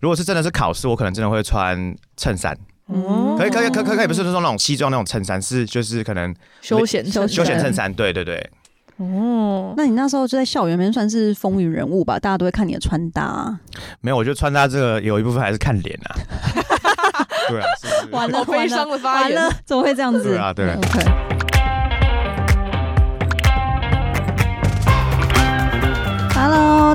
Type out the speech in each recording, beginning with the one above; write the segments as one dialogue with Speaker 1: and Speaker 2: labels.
Speaker 1: 如果是真的是考试，我可能真的会穿衬衫。
Speaker 2: 哦
Speaker 3: 嗯
Speaker 1: 可以可以可以可以可以，不是说那种西装那种衬衫，是就是可
Speaker 3: 哦
Speaker 1: 能
Speaker 2: 休闲衬
Speaker 1: 休闲
Speaker 2: 衫
Speaker 1: 衬衫。对对对，
Speaker 2: 哦，
Speaker 3: 那你那时候就在校园里面算是风云人物吧，大家都会看你的穿搭、啊
Speaker 1: 没有，我觉得穿搭这个有一部分还是看脸啊。 对啊，是不是
Speaker 3: 完了，
Speaker 2: 好悲伤的发
Speaker 3: 完
Speaker 2: 言
Speaker 3: 了，怎么会这样嗯子？
Speaker 1: 对啊对啊
Speaker 3: OK，Hello，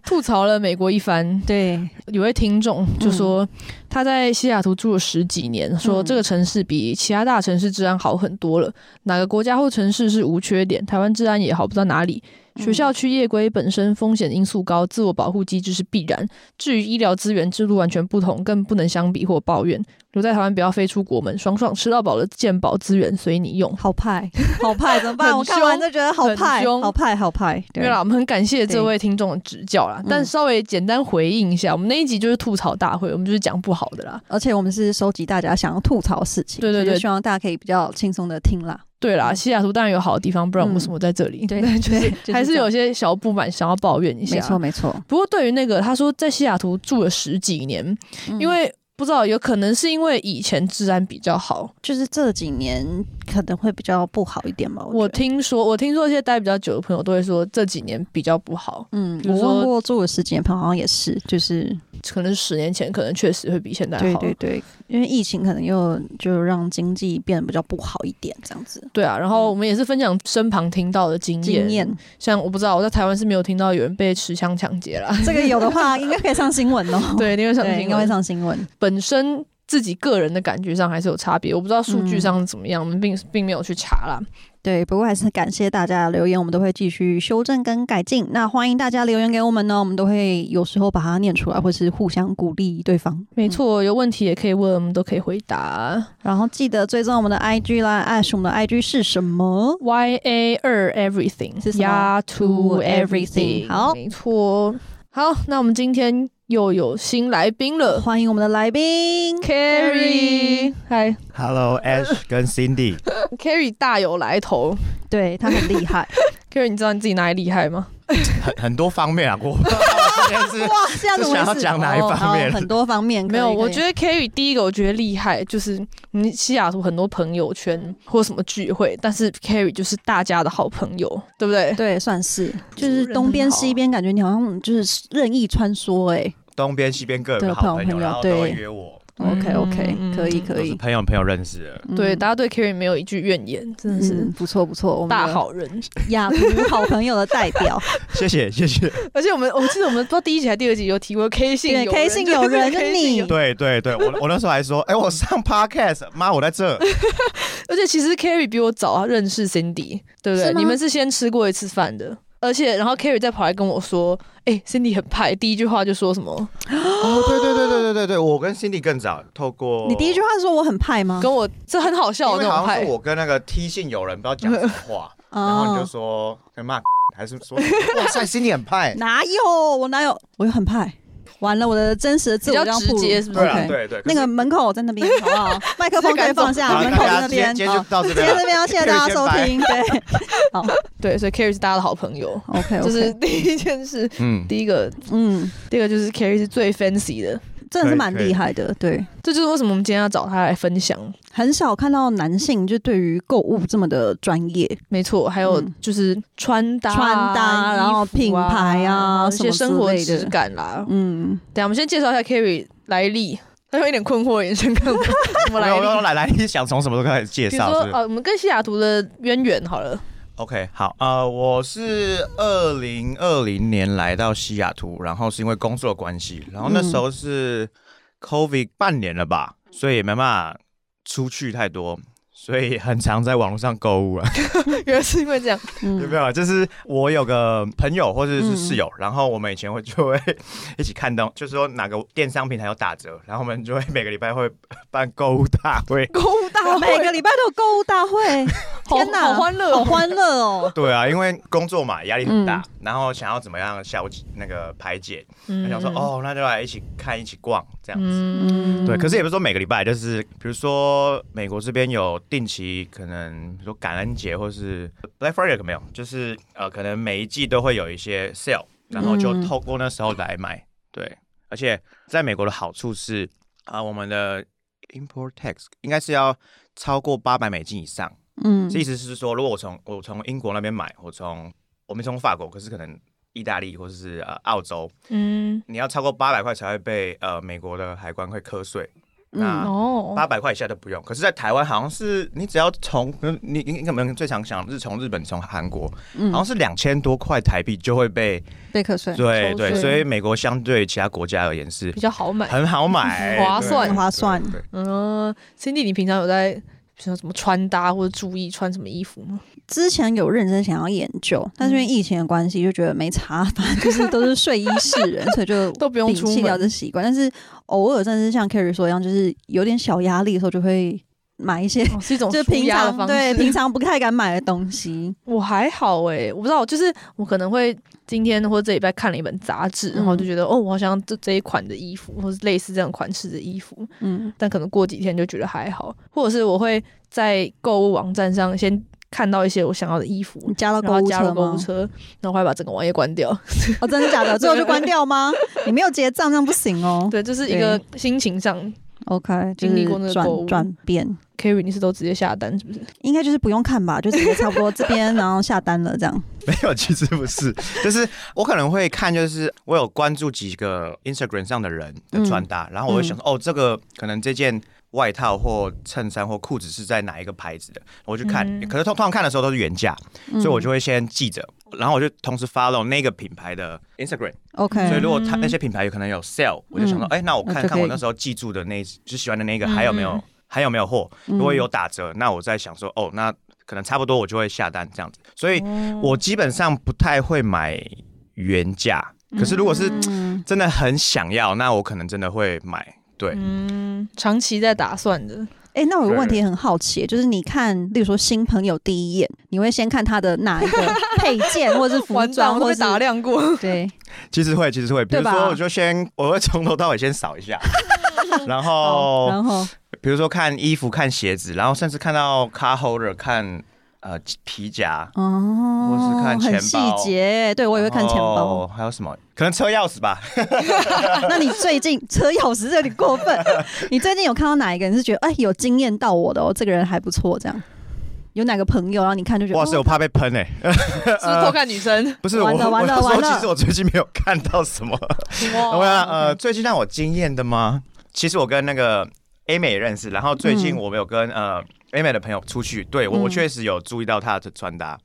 Speaker 2: 吐槽了美国一番，
Speaker 3: 对，
Speaker 2: 有位听众就说他在西雅图住了十几年，说
Speaker 3: 嗯
Speaker 2: 这个城市比其他大城市治安好很多了。哪个国家或城市是无缺点？台湾治安也好不到哪里。学校区夜归本身风险因素高，自我保护机制是必然。至于医疗资源制度完全不同，更不能相比或抱怨。留在台湾不要飞出国门，爽爽吃到饱的健保资源随你用。
Speaker 3: 好派，好派，怎么办？
Speaker 2: 很
Speaker 3: 我看完就觉得好
Speaker 2: 凶
Speaker 3: 派
Speaker 2: 很，凶
Speaker 3: 好派，好派。
Speaker 2: 对啦，我们很感谢这位听众的指教啦
Speaker 3: 嗯，
Speaker 2: 但稍微简单回应一下，我们那一集就是吐槽大会，我们就是讲不好的啦。
Speaker 3: 而且我们是收集大家想要吐槽的事情，
Speaker 2: 对对
Speaker 3: 所以就
Speaker 2: 对
Speaker 3: 希望大家可以比较轻松的听啦。
Speaker 2: 对啦，西雅图当然有好的地方，不然
Speaker 3: 嗯
Speaker 2: 为什么在这里？
Speaker 3: 对
Speaker 2: 就是
Speaker 3: 对就是
Speaker 2: 还是
Speaker 3: 这样
Speaker 2: 有些小不满，想要抱怨一下。
Speaker 3: 没错，。没错，
Speaker 2: 不过对于那个他说在西雅图住了十几年，
Speaker 3: 嗯
Speaker 2: 因为不知道有可能是因为以前治安比较好，
Speaker 3: 就是这几年可能会比较不好一点吧。
Speaker 2: 我
Speaker 3: 我觉得
Speaker 2: 听说我听说一些待比较久的朋友都会说这几年比较不好，
Speaker 3: 嗯，
Speaker 2: 比
Speaker 3: 我
Speaker 2: 如说
Speaker 3: 问过住了十几年朋友，好像也是，就是
Speaker 2: 可能十年前可能确实会比现在好。
Speaker 3: 对对对，因为疫情可能又就让经济变得比较不好一点，这样子。
Speaker 2: 对啊，然后我们也是分享身旁听到的经验，
Speaker 3: 经 验，
Speaker 2: 像我不知道我在台湾是没有听到有人被持枪抢劫啦，
Speaker 3: 这个有的话应该可以上新闻哦。
Speaker 2: 对，你会想
Speaker 3: 对，
Speaker 2: 听
Speaker 3: 应该会上新闻。
Speaker 2: 本身自己个人的感觉上还是有差别，我不知道数据上怎么样，我们
Speaker 3: 嗯
Speaker 2: 并并没有去查啦。
Speaker 3: 对，不过还是感谢大家的留言，我们都会继续修正跟改进。那欢迎大家留言给我们哦呢，我们都会有时候把它念出来，或是互相鼓励对方。嗯
Speaker 2: 没错，有问题也可以问，我们都可以回答。
Speaker 3: 然后记得追踪我们的 IG 啦，ash 我们的 IG 是什么？
Speaker 2: Y A 二 everything
Speaker 3: 是什么
Speaker 2: y to
Speaker 3: To everything
Speaker 2: everything，
Speaker 3: 好
Speaker 2: 没错。好，那我们今天又有新来宾了
Speaker 3: 欢迎我们的来宾，
Speaker 2: ，Carry，嗨
Speaker 1: Hello Ash 跟 Cindy，
Speaker 2: ，Carry 大有来头。
Speaker 3: 对他很 厉害
Speaker 2: Carry，你知道你自己哪里厉害吗？
Speaker 1: 很很多方面啊， 我不知道今天是
Speaker 3: 哇！现在
Speaker 1: 是
Speaker 3: 怎么
Speaker 1: 想要讲哪一方面
Speaker 3: 哦很多方面
Speaker 2: 没有，我觉
Speaker 3: 得
Speaker 2: 得 Carry 第一个我觉得厉害，就是你西雅图很多朋友
Speaker 3: 嗯
Speaker 2: 圈或什么聚会，但是 Carry 就是大家的好朋友，对不对？
Speaker 3: 对，算是就是
Speaker 2: 主任
Speaker 3: 东边
Speaker 2: 很好啊
Speaker 3: 西边，感觉你好像就是任意穿梭哎、
Speaker 1: 东边西边各有
Speaker 3: 对
Speaker 1: 个好朋
Speaker 3: 朋友
Speaker 1: 友，然后都会
Speaker 3: 对
Speaker 1: 约我，
Speaker 3: OK OK，、
Speaker 2: 嗯
Speaker 3: 可以
Speaker 2: 嗯
Speaker 3: 可
Speaker 1: 都是
Speaker 3: 以，
Speaker 1: 朋友朋友认识的。
Speaker 2: 对，
Speaker 3: 嗯
Speaker 2: 大家对 Carry 没有一句怨言，真的是
Speaker 3: 嗯不错不错，我们
Speaker 2: 大
Speaker 3: 的
Speaker 2: 好人。
Speaker 3: 雅图好朋友的代 表。
Speaker 1: 谢谢谢 谢，
Speaker 2: 而且我们我记得我们不知道第一集还是第二集有提过 K 信
Speaker 3: 啊对
Speaker 2: 有
Speaker 3: K 信有人
Speaker 2: 就是
Speaker 3: 跟
Speaker 2: K 信有
Speaker 3: 你
Speaker 1: 对对对，我我那时候还说，哎、我上 Podcast，妈，我在这，
Speaker 2: 而且其实 Carry 比我早啊认识 Cindy，对不对
Speaker 3: 是？吗
Speaker 2: 你们是先吃过一次饭的。而且，然后 Carry 再跑来跟我说：“哎、c i n d y 很派。”第一句话就说什么？
Speaker 1: 哦，对对对对对对对，我跟 Cindy 更早，透过
Speaker 3: 你第一句话是说我很派吗？
Speaker 2: 跟我这很好笑
Speaker 1: 因
Speaker 2: 的
Speaker 1: 为
Speaker 2: 那种
Speaker 1: 好像
Speaker 2: 派
Speaker 1: 是。我跟那个 T 姓友人不知道讲什么话，然后你就
Speaker 3: 啊，
Speaker 1: 说跟骂 还是说哇塞，Cindy 很派，
Speaker 3: 哪有我哪有，我又很派。完了，我的真实的自我
Speaker 2: 比
Speaker 3: 这
Speaker 2: 较
Speaker 3: 样暴露
Speaker 2: 直接是不是
Speaker 1: 对啊
Speaker 3: OK
Speaker 1: 对对，可
Speaker 3: 那
Speaker 1: 是
Speaker 3: 个门口在 那边，好不好？麦克风可以放下，
Speaker 1: 好
Speaker 3: 门
Speaker 1: 那
Speaker 3: 口在
Speaker 1: 大家
Speaker 3: 那
Speaker 1: 今天
Speaker 3: 边。
Speaker 1: 今天
Speaker 3: 好
Speaker 1: 就到这
Speaker 3: 今
Speaker 1: 边
Speaker 3: 天
Speaker 1: 了，
Speaker 3: 这边要谢谢大家收听，对
Speaker 2: 对，所以 Carry 是大家的好朋友，
Speaker 3: ，OK，
Speaker 2: 这是第一件事。
Speaker 1: 嗯，
Speaker 2: 第一个，
Speaker 3: 嗯，
Speaker 2: 第二个就是 Carry 是最 fancy 的，
Speaker 3: 真的是蛮厉害的，对，
Speaker 2: 这就是为什么我们今天要找他来分享。
Speaker 3: 很少看到男性就对于购物这么的专业，
Speaker 2: 没错，还有
Speaker 3: 嗯
Speaker 2: 就是穿搭啊、
Speaker 3: 穿搭然后
Speaker 2: 衣服啊
Speaker 3: 品牌啊
Speaker 2: 然后一
Speaker 3: 什
Speaker 2: 些
Speaker 3: 么
Speaker 2: 生活
Speaker 3: 之类的
Speaker 2: 质感啦。
Speaker 3: 嗯，
Speaker 2: 等一下我们先介绍一下 Carry 来历，他有一点困惑的眼神看 我，什么
Speaker 1: 没
Speaker 2: 来
Speaker 1: 有没有
Speaker 2: 历？
Speaker 1: 来来，你想从什么时候开始介
Speaker 2: 比如
Speaker 1: 绍？
Speaker 2: 说
Speaker 1: 是不，是
Speaker 2: 呃，我们跟西雅图的渊源好了，
Speaker 1: OK，好，呃，我是二零二零年来到西雅图，然后是因为工作的关系，然后那时候是 COVID 半年了吧，所以也没办法出去太多，所以很常在网络上购物啊，
Speaker 2: 原来是因为这样，
Speaker 1: 有
Speaker 3: 嗯
Speaker 1: 没有？就是我有个朋友或者
Speaker 3: 嗯
Speaker 1: 是室友，然后我们以前会就会一起看到，就是说哪个电商平台有打折，然后我们就会每个礼拜会办购物大 会。
Speaker 2: 购物大
Speaker 3: 每个
Speaker 2: 会，
Speaker 3: 礼拜都有购物大会，
Speaker 2: 好
Speaker 3: 天哪
Speaker 2: 好欢乐
Speaker 3: 好
Speaker 2: 哦，
Speaker 3: 欢乐哦！
Speaker 1: 对啊，因为工作嘛压力很大，
Speaker 3: 嗯
Speaker 1: 然后想要怎么样消解那个排解，
Speaker 2: 嗯
Speaker 1: 想说哦，那就来一起看一起逛这样子。
Speaker 2: 嗯
Speaker 1: 对，可是也不是说每个礼拜，就是比如说美国这边有定期，可能比如说感恩节或是 Black Friday 可没有，就是呃，可能每一季都会有一些 sale，然后就
Speaker 3: 嗯
Speaker 1: 透过那时候来买。对，而且在美国的好处是啊、我们的 import tax 应该是要超过八百美金以上。
Speaker 3: 嗯
Speaker 1: 这意思是说，如果我从我从英国那边买，我从我们从法国，可是可能意大利或者是呃澳洲，
Speaker 2: 嗯
Speaker 1: 你要超过八百块才会被呃美国的海关会课税。那
Speaker 3: 嗯
Speaker 2: 哦，
Speaker 1: 八百块以下都不用。可是，在台湾好像是你只要从嗯你你你可能最常想的是从日本、从韩国，好像
Speaker 3: 嗯，
Speaker 1: 是两千多块台币就会被
Speaker 3: 贝壳税
Speaker 1: 对
Speaker 2: 抽
Speaker 1: 对，
Speaker 2: 税
Speaker 1: 所以美国相对其他国家而言是
Speaker 2: 比较好买，
Speaker 1: 很好买，
Speaker 2: 划
Speaker 1: 对
Speaker 2: 算
Speaker 3: 很划算
Speaker 1: 对对对
Speaker 2: 嗯，Cindy，你平常有在像什么穿搭或者注意穿什么衣服吗？
Speaker 3: 之前有认真想要研究，但
Speaker 2: 嗯
Speaker 3: 是因为疫情的关系，就觉得没差， 反正就是都是睡衣示人，所以就
Speaker 2: 都不用
Speaker 3: 摒
Speaker 2: 出
Speaker 3: 弃掉
Speaker 2: 门，
Speaker 3: 这习惯。但是偶尔真的是像 Carrie 说一样，就是有点小压力的时候，就会买一些。
Speaker 2: 哦是一种
Speaker 3: 就是
Speaker 2: 舒
Speaker 3: 平
Speaker 2: 压的
Speaker 3: 常
Speaker 2: 方
Speaker 3: 对
Speaker 2: 式。
Speaker 3: 平常不太敢买的东西，
Speaker 2: 我还好哎、我不知道，就是我可能会今天或者这礼拜看了一本杂志，
Speaker 3: 嗯
Speaker 2: 然后就觉得哦，我好像这这一款的衣服，或是类似这样款式的衣服，
Speaker 3: 嗯
Speaker 2: 但可能过几天就觉得还好，或者是我会在购物网站上先看到一些我想要的衣服，
Speaker 3: 你加 到
Speaker 2: 然
Speaker 3: 嗯购
Speaker 2: 后
Speaker 3: 物
Speaker 2: 加入
Speaker 3: 车
Speaker 2: 购
Speaker 3: 吗
Speaker 2: 物？车，然后会把整个网页关掉。
Speaker 3: 哦，真的假 的？最后就关掉吗？你没有结账，这样不行哦。
Speaker 2: 对，这是一个心情上。
Speaker 3: OK，就
Speaker 2: 经历过那个
Speaker 3: 是转
Speaker 2: 购物
Speaker 3: 转变，
Speaker 2: Kerry，你是都直接下单是不是？
Speaker 3: 应该就是不用看吧，就直接差不多这边，然后下单了这样。
Speaker 1: 没有，其实不是，就是我可能会看，就是我有关注几个 Instagram 上的人的穿搭，然后我会想说，哦，这个可能这件外套或衬衫或裤子是在哪一个牌子的，我去看。
Speaker 2: 嗯
Speaker 1: 可是通通常看的时候都是原价，
Speaker 3: 嗯
Speaker 1: 所以我就会先记着，然后我就同时 follow 那个品牌的 Instagram，、
Speaker 3: OK，
Speaker 1: 所以如果他那些品牌有可能有 sale，我就想说，哎、那我
Speaker 3: 嗯那
Speaker 1: 看
Speaker 3: 就
Speaker 1: 看
Speaker 3: 可以
Speaker 1: 我那时候记住的那就喜欢的那个
Speaker 2: 嗯
Speaker 1: 还有没有、
Speaker 2: 嗯
Speaker 1: 还有没有货，
Speaker 3: 嗯
Speaker 1: 如果有打折，那我再想说，哦，那可能差不多我就会下单这样子，所以
Speaker 3: 哦
Speaker 1: 我基本上不太会买原价，可是如果是
Speaker 3: 嗯
Speaker 1: 真的很想要，那我可能真的会买。对，
Speaker 2: 嗯，长期在打算的，
Speaker 3: 哎、那我有个问题也很好奇，就是你看，例如说新朋友第一眼，你会先看他的哪 一个配件，或者是服
Speaker 2: 完蛋，
Speaker 3: 装，
Speaker 2: 我
Speaker 3: 或
Speaker 2: 都
Speaker 3: 者
Speaker 2: 被
Speaker 3: 是
Speaker 2: 打量
Speaker 1: 呃
Speaker 2: 过。
Speaker 3: 对，
Speaker 1: 其实会，其实会，比如
Speaker 3: 对吧
Speaker 1: 说我就先，我会从头到尾先扫一 下，然
Speaker 3: 哦，
Speaker 1: 后
Speaker 3: 然后
Speaker 1: 比如说看衣服、看鞋子，然后甚至看到 car holder、看呃皮夹，
Speaker 3: 哦，
Speaker 1: 或是看钱包哦
Speaker 3: 很细节，对我也会看钱包。
Speaker 1: 然后还有什么？可能车钥匙吧。
Speaker 3: 那你最近车钥匙这有点 过分，你最近有看到哪一个人是觉得哎、有惊艳到我的哦，这个人还不错，这样有哪个朋友，然后你看就觉得
Speaker 1: 哇塞，我
Speaker 3: 哦
Speaker 1: 怕被喷哎！
Speaker 2: 是不是偷看女生？
Speaker 1: 不是我，
Speaker 3: 完
Speaker 1: 我
Speaker 3: 了完
Speaker 1: 我
Speaker 3: 了
Speaker 1: 那时
Speaker 3: 完
Speaker 1: 候
Speaker 3: 了哦
Speaker 1: 其实我最近没有看到什么。
Speaker 2: 哇
Speaker 1: 我想呃，最近让我惊艳的吗？其实我跟那个 A 美也认识，然后最近
Speaker 3: 嗯
Speaker 1: 我们有跟、呃 A 美的朋友出去，对我我
Speaker 3: 嗯
Speaker 1: 确实有注意到她的穿搭，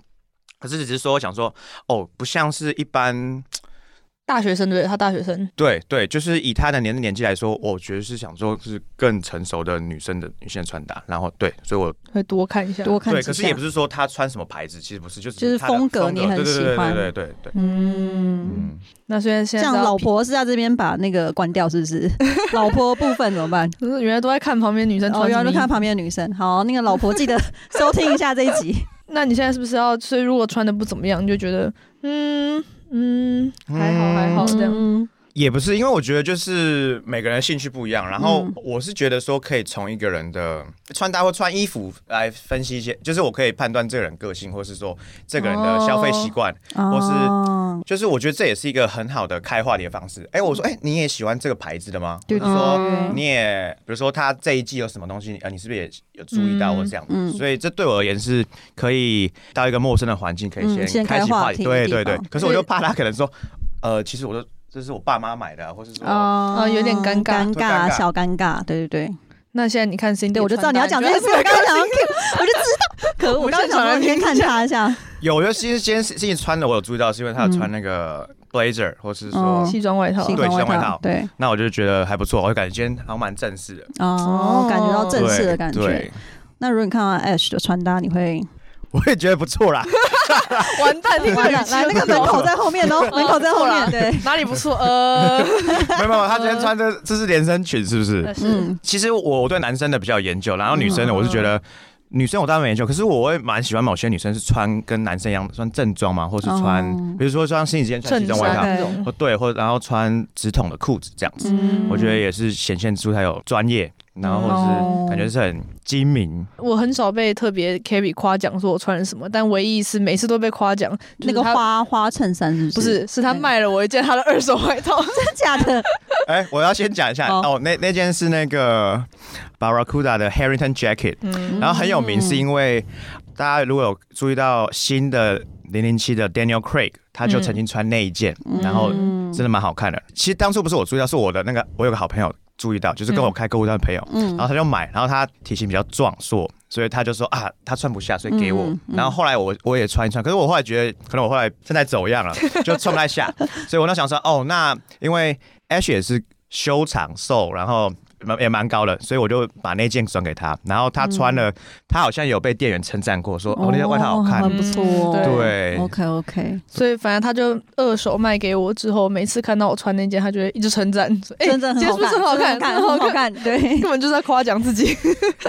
Speaker 1: 可是只是说我想说，哦，不像是一般
Speaker 2: 大学生对不对，他大学生，
Speaker 1: 对对，就是以她的年龄年纪来说，我觉得是想说是更成熟的女生的女性的穿搭。然后对，所以我
Speaker 2: 会多看一下。
Speaker 3: 多看
Speaker 1: 对，
Speaker 3: 几
Speaker 1: 可是
Speaker 3: 下
Speaker 1: 也不是说她穿什么牌子，其实不是，就只
Speaker 3: 就是
Speaker 1: 她的
Speaker 3: 风格
Speaker 1: 格
Speaker 3: 你很
Speaker 1: 对对对
Speaker 3: 喜欢
Speaker 1: 对对对对，
Speaker 3: 嗯。
Speaker 1: 嗯，
Speaker 2: 那虽然现
Speaker 3: 这
Speaker 2: 在
Speaker 3: 样
Speaker 2: 知道
Speaker 3: 老婆是在这边把那个关掉，是 不是？老婆部分怎么办？
Speaker 2: 可是原来都在看旁边女生
Speaker 3: 哦，
Speaker 2: 穿什
Speaker 3: 原
Speaker 2: 么衣
Speaker 3: 来都
Speaker 2: 服。
Speaker 3: 看旁边的女生。好，那个老婆记得收听一下这一集。
Speaker 2: 那你现在是不是要？所以如果穿的不怎么样，你就觉得嗯嗯还好
Speaker 1: 嗯
Speaker 2: 还好这样。
Speaker 3: 嗯
Speaker 1: 也不是，因为我觉得就是每个人兴趣不一样，然后
Speaker 3: 嗯
Speaker 1: 我是觉得说可以从一个人的穿搭或穿衣服来分析一些，就是我可以判断这个人个性，或是说这个人的消费习惯，或是
Speaker 3: 哦
Speaker 1: 就是我觉得这也是一个很好的开话题的方式。哎、我说，哎、你也喜欢这个牌子的吗？
Speaker 3: 嗯对
Speaker 1: 或者说
Speaker 2: 嗯
Speaker 1: 你也，比如说他这一季有什么东西，呃，你是不是也有注意到
Speaker 2: 嗯
Speaker 1: 或这样子？
Speaker 3: 嗯
Speaker 1: 所以这对我而言是可以到一个陌生的环境，可
Speaker 3: 嗯
Speaker 1: 以
Speaker 3: 先
Speaker 1: 先
Speaker 3: 开
Speaker 1: 开启
Speaker 3: 话
Speaker 1: 话题。
Speaker 3: 题的
Speaker 1: 对
Speaker 3: 地
Speaker 1: 对对
Speaker 3: 方。
Speaker 1: 可是 我就怕他可能说，呃，其实我都这是我爸妈买的啊，或是说，
Speaker 3: 啊
Speaker 2: 有点尴尬
Speaker 3: 尴
Speaker 1: 就尴
Speaker 3: 尬，
Speaker 1: 尬
Speaker 3: 小尴尬，对对对，
Speaker 2: 那现在你看 Cindy，
Speaker 3: 对我就知道你要讲这件事，我刚刚想要 cue，我就知道。可恶，我
Speaker 2: 我
Speaker 3: 刚
Speaker 2: 刚
Speaker 3: 想
Speaker 2: 想
Speaker 3: 要
Speaker 2: 要
Speaker 3: 先看他一下，
Speaker 1: 有，尤其是今天今天穿的，我有注意到，是因为他有穿那个 blazer 或是说
Speaker 3: 嗯
Speaker 2: 哎西装外套
Speaker 3: 西
Speaker 1: 对
Speaker 3: 装
Speaker 1: 西
Speaker 3: 外
Speaker 1: 装外
Speaker 3: 套
Speaker 1: 套，
Speaker 3: 对，
Speaker 1: 那我就觉得还不错，我就感觉今天好像蛮正式的，
Speaker 3: 哦，感觉到
Speaker 2: 正
Speaker 3: 正式的感觉
Speaker 1: 对。，
Speaker 3: 那如果你看到 Ash 的穿搭，你 会
Speaker 1: 我也觉得不错啦。
Speaker 2: 完蛋，你
Speaker 3: 完了，来那个门口在后面 哦，门口在后面，对，
Speaker 2: 哪里不错？呃，
Speaker 1: 没有没有，他今天穿的这是连身裙，是不是？
Speaker 2: 但是
Speaker 3: 嗯，
Speaker 1: 其实我我对男生的比较有研究，然后女生的
Speaker 2: 呃嗯
Speaker 1: 我是觉得。女生我当然没研究，可是我会蛮喜欢某些女生是穿跟男生一样穿正装嘛，或是穿，
Speaker 3: 哦
Speaker 1: 比如说像星期天穿西
Speaker 2: 衬
Speaker 1: 装外套
Speaker 2: 衫那
Speaker 3: 对，
Speaker 2: 种，
Speaker 1: 哦对，或者然后穿直筒的裤子这样子，
Speaker 3: 嗯
Speaker 1: 我觉得也是显现出他有专业，然后或
Speaker 3: 哦
Speaker 1: 是感觉是很精明，
Speaker 2: 我很少被特别 Kerry 夸奖说我穿了什么，但唯一一次每次都被夸奖，就是
Speaker 3: 那个
Speaker 2: 他
Speaker 3: 花花衬衫是
Speaker 2: 不
Speaker 3: 不是？
Speaker 2: 是是他卖了我一件他的二手外套，
Speaker 3: 真假的？
Speaker 1: 哎、我要先讲一下
Speaker 3: 好
Speaker 1: 哦，那那件是那个 Barracuda 的 Harrington Jacket，、
Speaker 2: 嗯
Speaker 1: 然后很有名，
Speaker 3: 嗯
Speaker 1: 是因为大家如果有注意到新的零零七的 Daniel Craig，他就
Speaker 2: 嗯
Speaker 1: 曾经穿那一件，然后
Speaker 3: 嗯
Speaker 1: 真的蛮好看的。其实当初不是我注意到，是我的那个我有个好朋友注意到，就是跟我开购物单的朋友，
Speaker 3: 嗯
Speaker 1: 然后他就买，然后他体型比较壮硕，所以他就说啊，他穿不下，所以给我。
Speaker 3: 嗯嗯
Speaker 1: 然后后来我我也穿一穿，可是我后来觉得，可能我后来正在走样了，就穿不太 下，所以我那想说，哦，那因为 Ash 也是修长瘦，然后。蛮也蛮高的，所以我就把那件转给他，然后他穿
Speaker 3: 嗯
Speaker 1: 了，他好像有被店员称赞过，说哦那件外套好看，
Speaker 3: 很不错哦。
Speaker 2: 嗯
Speaker 1: 对
Speaker 3: OK OK，
Speaker 2: 所以反正他就二手卖给我之后，每次看到我穿那件，他就会一直称赞，说哎，
Speaker 3: 真的很
Speaker 2: 今天
Speaker 3: 好
Speaker 2: 是不
Speaker 3: 看，
Speaker 2: 是很好看，真的很
Speaker 3: 真的很好
Speaker 2: 好看，
Speaker 3: 看，对，
Speaker 2: 根本就是在夸奖自己。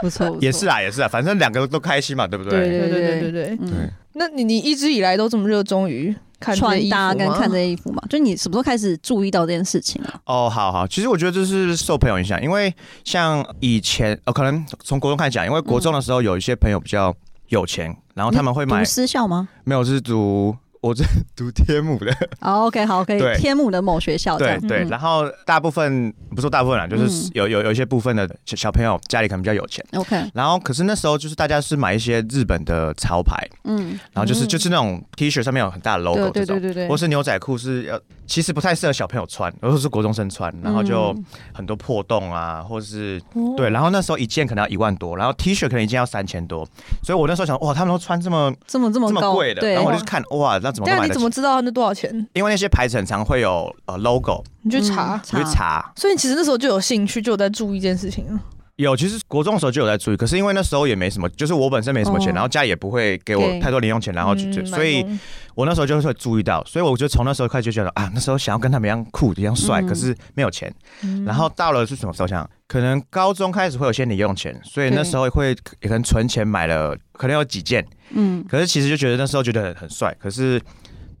Speaker 3: 不错，不错
Speaker 1: 也是啊也是啊，反正两个都开心嘛，对不对？
Speaker 3: 对
Speaker 2: 对
Speaker 3: 对
Speaker 2: 对对对，
Speaker 3: 嗯
Speaker 2: 那你你一直以来都这么热衷于看这些
Speaker 3: 穿
Speaker 2: 衣服
Speaker 3: 搭
Speaker 2: 吗
Speaker 3: 跟看这些衣服嘛，就你什么时候开始注意到这件事情啊？
Speaker 1: 哦，好好，其实我觉得这是受朋友影响，因为像以前，呃，可能从国中开始讲，因为国中的时候有一些朋友比较有钱，然后他们会买
Speaker 3: 读，私校吗、
Speaker 1: 没有是读我是 读天母的，
Speaker 3: o k 哦好，可以。
Speaker 1: 对
Speaker 3: 天母的某学校这
Speaker 1: 对
Speaker 3: 样，
Speaker 1: 对，
Speaker 3: 嗯
Speaker 1: 然后大部分不是说大部分啦，就是
Speaker 3: 嗯
Speaker 1: 有有有一些部分的小小朋友家里可能比较有钱，
Speaker 3: OK，
Speaker 1: 然后可是那时候就是大家是买一些日本的潮牌，
Speaker 3: 嗯，
Speaker 1: 然后就是
Speaker 2: 嗯
Speaker 1: 就是那种 T 恤上面有很大的 logo 这种。
Speaker 2: 对对
Speaker 1: 或是牛仔裤是要，其实不太适合小朋友穿，或者是国中生穿，然后就
Speaker 3: 嗯
Speaker 1: 很多破洞啊，或是
Speaker 2: 嗯哦
Speaker 1: 对，然后那时候一件可能要一万多，然后 T 恤可能一件要三千多，所以我那时候想，哇，他们都穿这么
Speaker 3: 这么这么
Speaker 1: 这么
Speaker 3: 高
Speaker 1: 贵的，
Speaker 3: 对，
Speaker 1: 然后我就看，哇，那怎么都
Speaker 2: 但
Speaker 1: 买
Speaker 2: 啊你
Speaker 1: 得
Speaker 2: 怎
Speaker 1: 起？
Speaker 2: 么知道那多少钱？
Speaker 1: 因为那些牌子很常会有呃 logo，
Speaker 2: 你去
Speaker 3: 嗯
Speaker 2: 查。
Speaker 1: 我去查。
Speaker 2: 所以你其实那时候就有兴趣，就有在注意这件事情了。
Speaker 1: 有，其实国中的时候就有在注意，可是因为那时候也没什么，就是我本身没什么钱，
Speaker 3: 哦
Speaker 1: 然后家里也不会给我
Speaker 3: 给
Speaker 1: 太多零用钱，然后就、就
Speaker 2: 嗯
Speaker 1: 所以
Speaker 2: 蛮多
Speaker 1: 我那时候就是会注意到，所以我就从那时候开始就觉得啊，那时候想要跟他们一样酷、一样帅，
Speaker 3: 嗯
Speaker 1: 可是没有钱。
Speaker 2: 嗯
Speaker 1: 然后到了是什么时候？想可能高中开始会有些零用钱，所以
Speaker 3: 对
Speaker 1: 那时候会可能存钱买了，可能有几件。
Speaker 3: 嗯，
Speaker 1: 可是其实就觉得那时候觉得很很帅，可是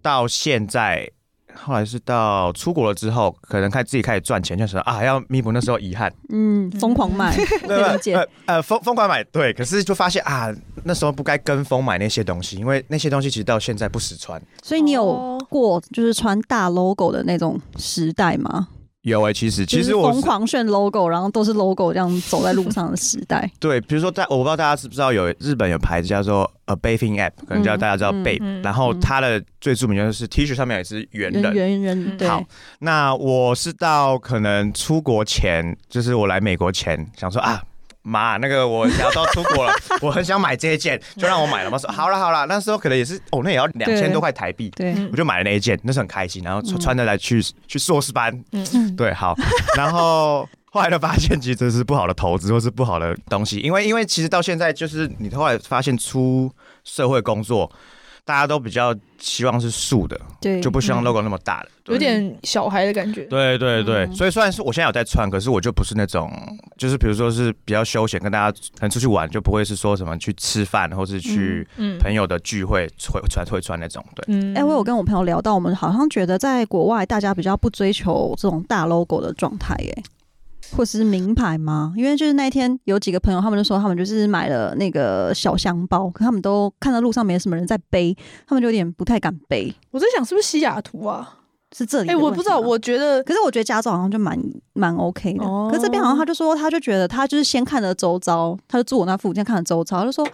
Speaker 1: 到现在，后来是到出国了之后，可能开自己开始赚钱，就是啊要弥补那时候遗 憾，
Speaker 3: 嗯，疯狂买，我可以理解
Speaker 1: 呃呃疯疯狂买对，可是就发现啊那时候不该跟风买那些东西，因为那些东西其实到现在不实穿。
Speaker 3: 所以你有
Speaker 2: 哦
Speaker 3: 过就是穿大 logo 的那种时代吗？
Speaker 1: 有哎、其实其
Speaker 3: 就是
Speaker 1: 实我。
Speaker 3: 疯狂炫 logo，然后都是 logo 这样走在路上的时代
Speaker 1: 对，比如说大我不知道大家知不知道有日本有牌子叫做呃 bathing app，可能叫
Speaker 3: 嗯
Speaker 1: 大家知道
Speaker 3: 嗯
Speaker 1: babe，、
Speaker 2: 嗯
Speaker 1: 然后
Speaker 3: 嗯
Speaker 1: 它的最著名就是 T 恤上面也是 圆人，
Speaker 3: 圆人，
Speaker 2: 嗯
Speaker 3: 对，
Speaker 1: 好那我是到可能出国前，就是我来美国前，想说啊。妈，那个我想要到出国了，我很想买这一件，就让我买了嘛。说好了好了，那时候可能也是哦，那也要两千多块台币，
Speaker 3: 对，
Speaker 2: 嗯
Speaker 1: 我就买了那一件，那是很开心，然后穿
Speaker 3: 嗯
Speaker 1: 穿着来去、去硕士班，
Speaker 2: 嗯
Speaker 1: 对，好，然后。后来就发现，其实这是不好的投资，或是不好的东西，因为因为其实到现在，就是你后来发现出社会工作，大家都比较希望是素的，
Speaker 3: 对，
Speaker 1: 就不希望
Speaker 2: 嗯
Speaker 1: logo 那么大了。对
Speaker 2: 有点小孩的感觉。
Speaker 1: 对对对，
Speaker 3: 嗯
Speaker 1: 所以虽然是我现在有在穿，可是我就不是那种，就是比如说是比较休闲，跟大家可能出去玩，就不会是说什么去吃饭，或是去
Speaker 2: 嗯
Speaker 1: 朋友的聚会会穿会穿那种。对，
Speaker 2: 嗯
Speaker 3: 哎、我有跟我朋友聊到，我们好像觉得在国外大家比较不追求这种大 logo 的状态，哎，或是名牌吗？因为就是那一天有几个朋友，他们就说他们就是买了那个小香包，可他们都看到路上没什么人在背，他们就有点不太敢背，
Speaker 2: 我在想是不是西雅图啊？
Speaker 3: 是这里。
Speaker 2: 哎、我不知道，。我觉得
Speaker 3: 可是我觉得加州好像就蛮蛮 OK 的，
Speaker 2: 哦
Speaker 3: 可是这边好像他就说，他就觉得他就是先看了周遭，他就住我那附近看了周遭，他就说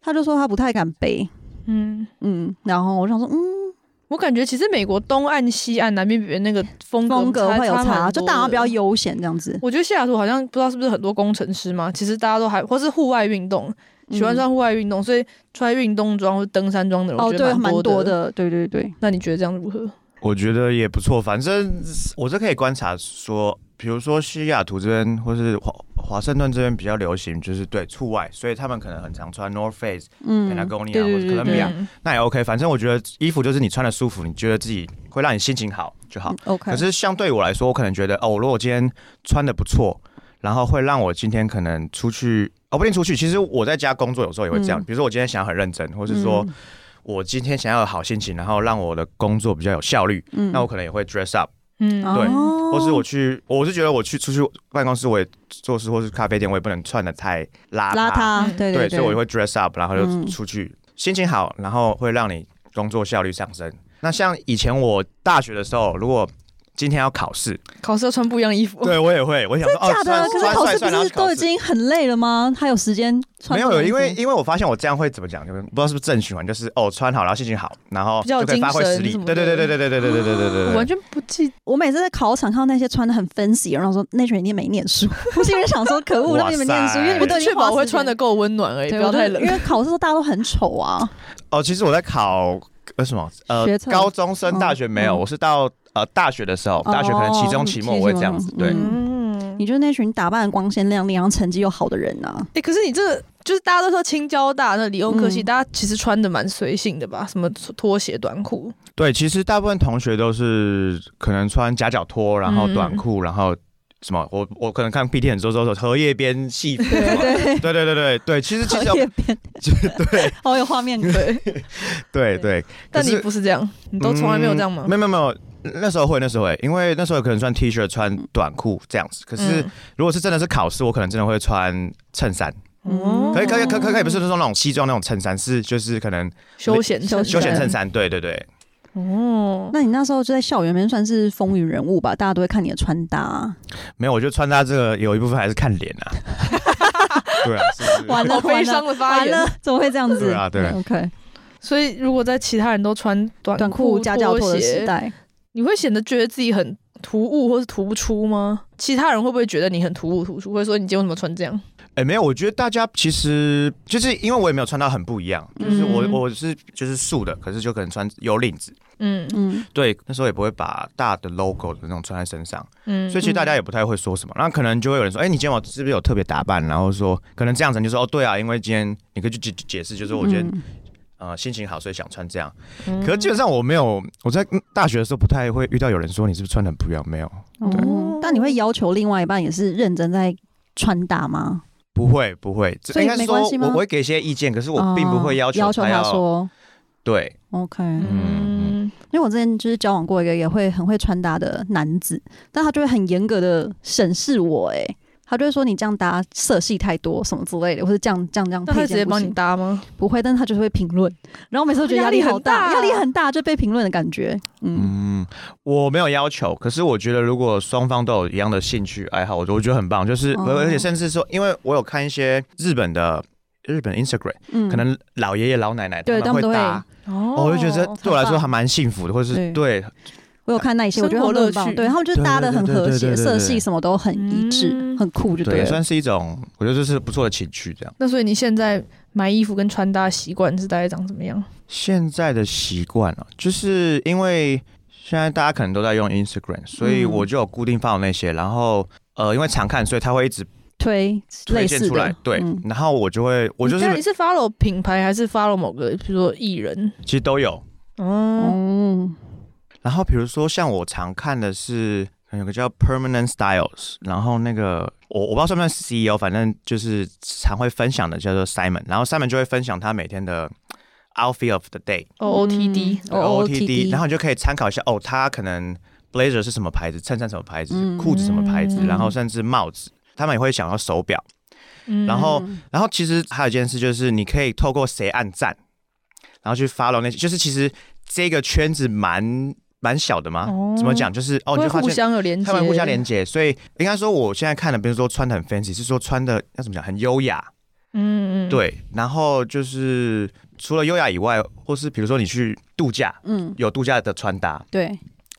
Speaker 3: 他就说他不太敢背，
Speaker 2: 嗯。
Speaker 3: 嗯，然后我想说，嗯，
Speaker 2: 我感觉其实美国东岸、西岸、南边、北边那个
Speaker 1: 嗯
Speaker 2: 风格
Speaker 3: 风格会有
Speaker 2: 差差
Speaker 3: 差，
Speaker 2: 蛮多
Speaker 3: 就大家比较
Speaker 2: 的。
Speaker 3: 悠闲这样子。
Speaker 2: 我觉得西雅图好像不知道是不是很多工程师嘛，其实大家都还或是户外运动，
Speaker 1: 嗯
Speaker 2: 喜欢穿户外运动，所以穿运动装或登山装的人，
Speaker 3: 哦，
Speaker 2: 我觉得
Speaker 3: 对，蛮
Speaker 2: 多
Speaker 3: 多的，对对对。
Speaker 2: 那你觉得这样如何？
Speaker 1: 我觉得也不错，反正我是可以观察说，比如说西雅图这边或是华华盛顿这边比较流行，就是对户外，所以他们可能很常穿 North Face、
Speaker 3: 嗯
Speaker 1: Patagonia
Speaker 3: 对对
Speaker 1: 或者
Speaker 3: 对
Speaker 1: Columbia，
Speaker 2: 嗯
Speaker 1: 那也 OK。反正我觉得衣服就是你穿的舒服，你觉得自己会让你心情好就好。
Speaker 3: OK，
Speaker 1: 可是相对我来说，我可能觉得哦，如果我今天穿的不错，然后会让我今天可能出去哦，不一定出去。其实我在家工作有时候也会这样，
Speaker 3: 嗯
Speaker 1: 比如说我今天想要很认真，或是说我今天想要有好心情，然后让我的工作比较有效率，
Speaker 3: 嗯，嗯
Speaker 1: 那我可能也会 dress up，
Speaker 2: 嗯，
Speaker 1: 对
Speaker 3: 哦、
Speaker 1: 或是我去，我是觉得我去出去办公室，我也做事或是咖啡店，我也不能穿的太邋
Speaker 3: 邋遢，
Speaker 2: 嗯
Speaker 3: 对
Speaker 1: 对，所
Speaker 3: 对，
Speaker 1: 以我也会 dress up，然后
Speaker 3: 嗯
Speaker 1: 就出去，心情好，然后会让你工作效率上升。那像以前我大学的时候，如果今天要考试，
Speaker 2: 考试要穿不一样衣
Speaker 3: 哦
Speaker 2: 服，
Speaker 1: 对我也会，我也想说，
Speaker 3: 假的，
Speaker 1: 哦，
Speaker 3: 可
Speaker 1: 穿
Speaker 3: 是考
Speaker 1: 穿帅帅，
Speaker 3: 试不
Speaker 1: 然后
Speaker 3: 是
Speaker 1: 去考
Speaker 3: 都已
Speaker 1: 试。
Speaker 3: 经很累了吗？还有时间穿
Speaker 1: 没
Speaker 3: 这种
Speaker 1: 有，因为
Speaker 3: 衣服
Speaker 1: 因为我发现我这样会怎么讲，就是不知道是不是正循环，就是哦穿好，然后心情好，然后
Speaker 2: 比较有
Speaker 1: 就可以发挥
Speaker 2: 精神
Speaker 1: 实力。
Speaker 2: 什么
Speaker 1: 对对对对
Speaker 2: 的
Speaker 1: 对对对对对对对
Speaker 2: 我
Speaker 1: 对
Speaker 2: 完
Speaker 1: 对。
Speaker 2: 全不记，
Speaker 3: 我每次在考场看到那些穿的很 fancy，然后说那群人一定没念书， 我心里面想说可
Speaker 1: 哇
Speaker 3: 恶，
Speaker 1: 塞
Speaker 3: 让你们念书，因为你
Speaker 2: 我
Speaker 3: 们都
Speaker 2: 就
Speaker 3: 已
Speaker 2: 确
Speaker 3: 经
Speaker 2: 保我
Speaker 3: 花
Speaker 2: 会
Speaker 3: 时间
Speaker 2: 穿的。够温暖而已，不
Speaker 3: 对，
Speaker 2: 要
Speaker 3: 我就
Speaker 2: 太
Speaker 3: 因
Speaker 2: 冷。
Speaker 3: 为考试的时候大家都很丑啊，
Speaker 1: 哦，其实我在考呃什么呃
Speaker 3: 学测
Speaker 1: 高中生、
Speaker 3: 嗯
Speaker 1: 大学没有，
Speaker 3: 嗯
Speaker 1: 我是到呃大学的时候，大学可能期中、期末我会这样子
Speaker 3: 哦，
Speaker 1: 对。
Speaker 2: 嗯，
Speaker 3: 你就是那群打扮得光鲜亮丽，然后成绩又好的人呐、 啊。
Speaker 2: 哎、可是你这个就是大家都说青交大那理工科系，
Speaker 3: 嗯
Speaker 2: 大家其实穿的蛮随性的吧？什么拖鞋、短裤，
Speaker 1: 对，其实大部分同学都是可能穿夹脚拖，然
Speaker 3: 嗯
Speaker 1: 后短裤，然后什么，我我可能看 PT 很多都是荷叶边戏 服，
Speaker 3: 对对，
Speaker 1: 对对对对对，其实其实
Speaker 3: 荷叶 边，对， 好有画面感。
Speaker 2: 对。
Speaker 1: 对对，
Speaker 2: 但你
Speaker 1: 可是
Speaker 2: 不是这样，你都从来没有这样吗
Speaker 1: 嗯？没有没有没有。那时候会，那时候会，因为那时候可能穿 T 恤、穿短裤这样子。可是
Speaker 2: 嗯
Speaker 1: 如果是真的是考试，我可能真的会穿衬衫。
Speaker 3: 嗯
Speaker 1: 可以可以可以可以，可以不是说那种西装那种衬衫，是就是可能
Speaker 2: 休闲
Speaker 3: 休
Speaker 1: 休闲
Speaker 3: 衬
Speaker 1: 衬衫。对对对，
Speaker 2: 哦，
Speaker 3: 那你那时候就在校园里面算是风云人物吧，大家都会看你的穿搭、
Speaker 1: 没有，我觉得穿搭这个有一部分还是看脸啊。 对啊，是不是
Speaker 3: 完了
Speaker 2: 好悲
Speaker 3: 完了
Speaker 2: 伤的发
Speaker 3: 完
Speaker 2: 言
Speaker 3: 了。，怎么会这样子？
Speaker 1: 对啊对啊
Speaker 3: OK，
Speaker 2: 所以如果在其他人都穿短
Speaker 3: 短裤加脚拖的时
Speaker 2: 鞋，
Speaker 3: 代，
Speaker 2: 你会显得觉得自己很突兀或是突不出吗？其他人会不会觉得你很突兀突出，会说你今天为什么穿这样？
Speaker 1: 哎、没有，我觉得大家其实就是因为我也没有穿到很不一样，就是我、
Speaker 2: 嗯
Speaker 1: 我是就是素的，可是就可能穿有领子，
Speaker 2: 嗯
Speaker 3: 嗯，
Speaker 1: 对，那时候也不会把大的 logo 的那种穿在身上，
Speaker 2: 嗯
Speaker 1: 所以其实大家也不太会说什么。那可能就会有人说，哎、你今天我是不是有特别打扮？然后说可能这样子，你就说哦，对啊，因为今天你可以去解解释，就是我今天、
Speaker 3: 嗯
Speaker 1: 呃心情好，所以想穿这样。可是基本上我没有，我在嗯大学的时候不太会遇到有人说你是不是穿的很不一样，没有，
Speaker 3: 哦，但你会要求另外一半也是认真在穿搭吗？
Speaker 1: 不会不会，
Speaker 3: 所
Speaker 1: 这
Speaker 3: 以
Speaker 1: 应该是
Speaker 3: 没
Speaker 1: 说
Speaker 3: 关系
Speaker 1: 我
Speaker 3: 吗哦
Speaker 1: 我会给一些意见，可是我并不会要
Speaker 3: 嗯要
Speaker 1: 求
Speaker 3: 要求
Speaker 1: 要
Speaker 3: 他说
Speaker 1: 对。
Speaker 3: OK，
Speaker 1: 嗯
Speaker 3: 因为我之前就是交往过一个也会很会穿搭的男子，但他就会很严格的审视我、欸，哎，他就会说你这样搭色系太多什么之类的，或者这样这样这样
Speaker 2: 那他
Speaker 3: 配
Speaker 2: 会直接
Speaker 3: 件不
Speaker 2: 帮
Speaker 3: 行
Speaker 2: 你，搭吗？
Speaker 3: 不会，但是他就是会评论，然后我每次都觉得
Speaker 2: 压
Speaker 3: 压
Speaker 2: 力
Speaker 3: 力好
Speaker 2: 很大
Speaker 3: 压力很大，就被评论的感觉，嗯，
Speaker 1: 嗯，我没有要求，可是我觉得如果双方都有一样的兴趣爱好，我我觉得很棒。就是、
Speaker 3: 哦
Speaker 1: 而且甚至说，因为我有看一些日本的日本 Instagram，、
Speaker 3: 嗯
Speaker 1: 可能老爷爷老奶奶
Speaker 3: 对
Speaker 1: 他们
Speaker 3: 他们都会
Speaker 1: 搭，
Speaker 2: 哦
Speaker 1: 哦我就觉得对我来说还蛮幸福的，或是对
Speaker 3: 我有看那一些，我觉得他们都很棒
Speaker 2: 生活乐趣
Speaker 3: 对他们就是搭的很和
Speaker 1: 对对对对
Speaker 3: 谐，
Speaker 1: 对对
Speaker 3: 色系什么都很一致，
Speaker 2: 嗯
Speaker 3: 很酷就
Speaker 1: 对，
Speaker 3: 对
Speaker 1: 也
Speaker 3: 了。
Speaker 1: 算是一种我觉得这是不错的情趣。这样
Speaker 2: 那所以你现在买衣服跟穿搭习惯是大概长怎么样？
Speaker 1: 现在的习惯了，就是因为现在大家可能都在用 Instagram，所以
Speaker 3: 嗯
Speaker 1: 我就有固定放那些，然后呃，因为常看，所以他会一直
Speaker 3: 推
Speaker 1: 推
Speaker 3: 类
Speaker 1: 荐
Speaker 3: 似
Speaker 1: 出来
Speaker 3: 的，，
Speaker 1: 对，
Speaker 3: 嗯
Speaker 1: 然后我就会我就是
Speaker 2: 你是 follow 品牌还是 follow 某个，比如说艺人？
Speaker 1: 其实都有。
Speaker 2: 哦，
Speaker 3: 哦，
Speaker 1: 然后比如说像我常看的是，可能有个叫 Permanent Styles，然后那个我我不知道算不算 CEO，反正就是常会分享的叫做 Simon，然后 Simon 就会分享他每天的 outfit of the day
Speaker 2: 哦 OOTD，
Speaker 3: 嗯哦
Speaker 1: OOTD，然后你就可以参考一下哦，他可能 blazer 是什么牌子，衬衫什么牌子，
Speaker 3: 嗯
Speaker 1: 裤子什么牌子，
Speaker 2: 嗯
Speaker 1: 然后甚至帽子，他们也会想要手表。
Speaker 2: 嗯
Speaker 1: 然后然后其实还有一件事就是，你可以透过谁按赞，然后去 follow 那些，就是其实这个圈子蛮蛮小的嘛。
Speaker 2: 哦
Speaker 1: 怎么讲？就是哦，你
Speaker 2: 会
Speaker 1: 就发
Speaker 2: 互
Speaker 1: 现
Speaker 2: 相有连接，
Speaker 1: 他们互相连接，所以应该说我现在看的，不是说穿的很 fancy，是说穿的要怎么讲，很优雅。
Speaker 2: 嗯，嗯嗯，
Speaker 1: 对，然后就是除了优雅以外，或是比如说你去度假，
Speaker 3: 嗯，
Speaker 1: 有度假的穿搭，
Speaker 3: 对，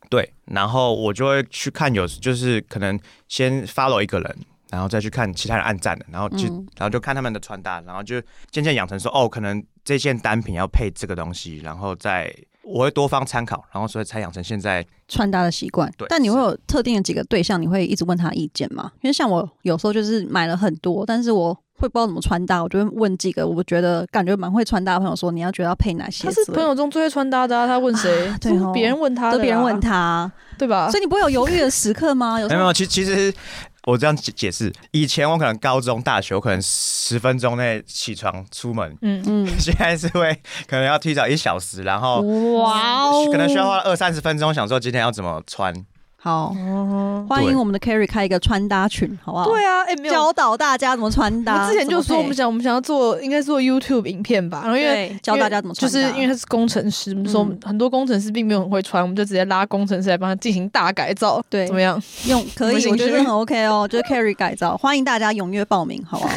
Speaker 1: 对，然后我就会去看有，就是可能先 follow 一个人，然后再去看其他人按赞的，然后就、
Speaker 3: 嗯
Speaker 1: 然后就看他们的穿搭，然后就渐渐养成说，哦，可能这件单品要配这个东西，然后再我会多方参考，然后所以才养成现在
Speaker 3: 穿搭的习惯
Speaker 1: 对，
Speaker 3: 但你会
Speaker 1: 是
Speaker 3: 有特定的几个对象，你会一直问他意见吗？因为像我有时候就是买了很多，但是我会不知道怎么穿搭，我就会问几个我觉得感觉蛮会穿搭的朋友说，你要觉得要配哪些
Speaker 2: 他
Speaker 3: 之类
Speaker 2: 是
Speaker 3: 的？
Speaker 2: 朋友中最会穿搭的、啊，他问谁？
Speaker 3: 啊对
Speaker 2: 这是
Speaker 3: 哦
Speaker 2: 别人问他的、
Speaker 3: 都别人问，他，
Speaker 2: 对吧？
Speaker 3: 所以你不会有犹豫的时 刻吗？有
Speaker 1: 没
Speaker 3: 时
Speaker 1: 有没
Speaker 3: 候
Speaker 1: 有，其其实我这样解解释，以前我可能高中、大学，我可能十分钟内起床出门，
Speaker 2: 嗯，
Speaker 3: 嗯，
Speaker 1: 现在是会可能要提早一小时，然后
Speaker 2: 哇哦，
Speaker 1: 可能需要花二三十分钟，想说今天要怎么穿。
Speaker 3: 好，
Speaker 2: 嗯
Speaker 3: 欢
Speaker 1: 对
Speaker 3: 迎我们的 Carry 开一个穿搭群，好不好？
Speaker 2: 对啊，哎、没有。
Speaker 3: 教导大家怎么穿搭。
Speaker 2: 我之前就
Speaker 3: 怎
Speaker 2: 说
Speaker 3: 么
Speaker 2: 我
Speaker 3: 配
Speaker 2: 们想我们想要做应该做 YouTube 影片吧，然后因为
Speaker 3: 对教大家怎么
Speaker 2: 就
Speaker 3: 穿
Speaker 2: 是
Speaker 3: 搭
Speaker 2: 因为他是工程师，我们说
Speaker 3: 嗯
Speaker 2: 很多工程师并没有很会穿，我们就直接拉工程师来帮他进行大改造，
Speaker 3: 对
Speaker 2: 怎么样？
Speaker 3: 用可
Speaker 2: 我们
Speaker 3: 以，
Speaker 2: 进
Speaker 3: 我觉
Speaker 2: 去
Speaker 3: 得很 OK 哦，就是 Carry 改造，欢迎大家踊跃报名，好不好？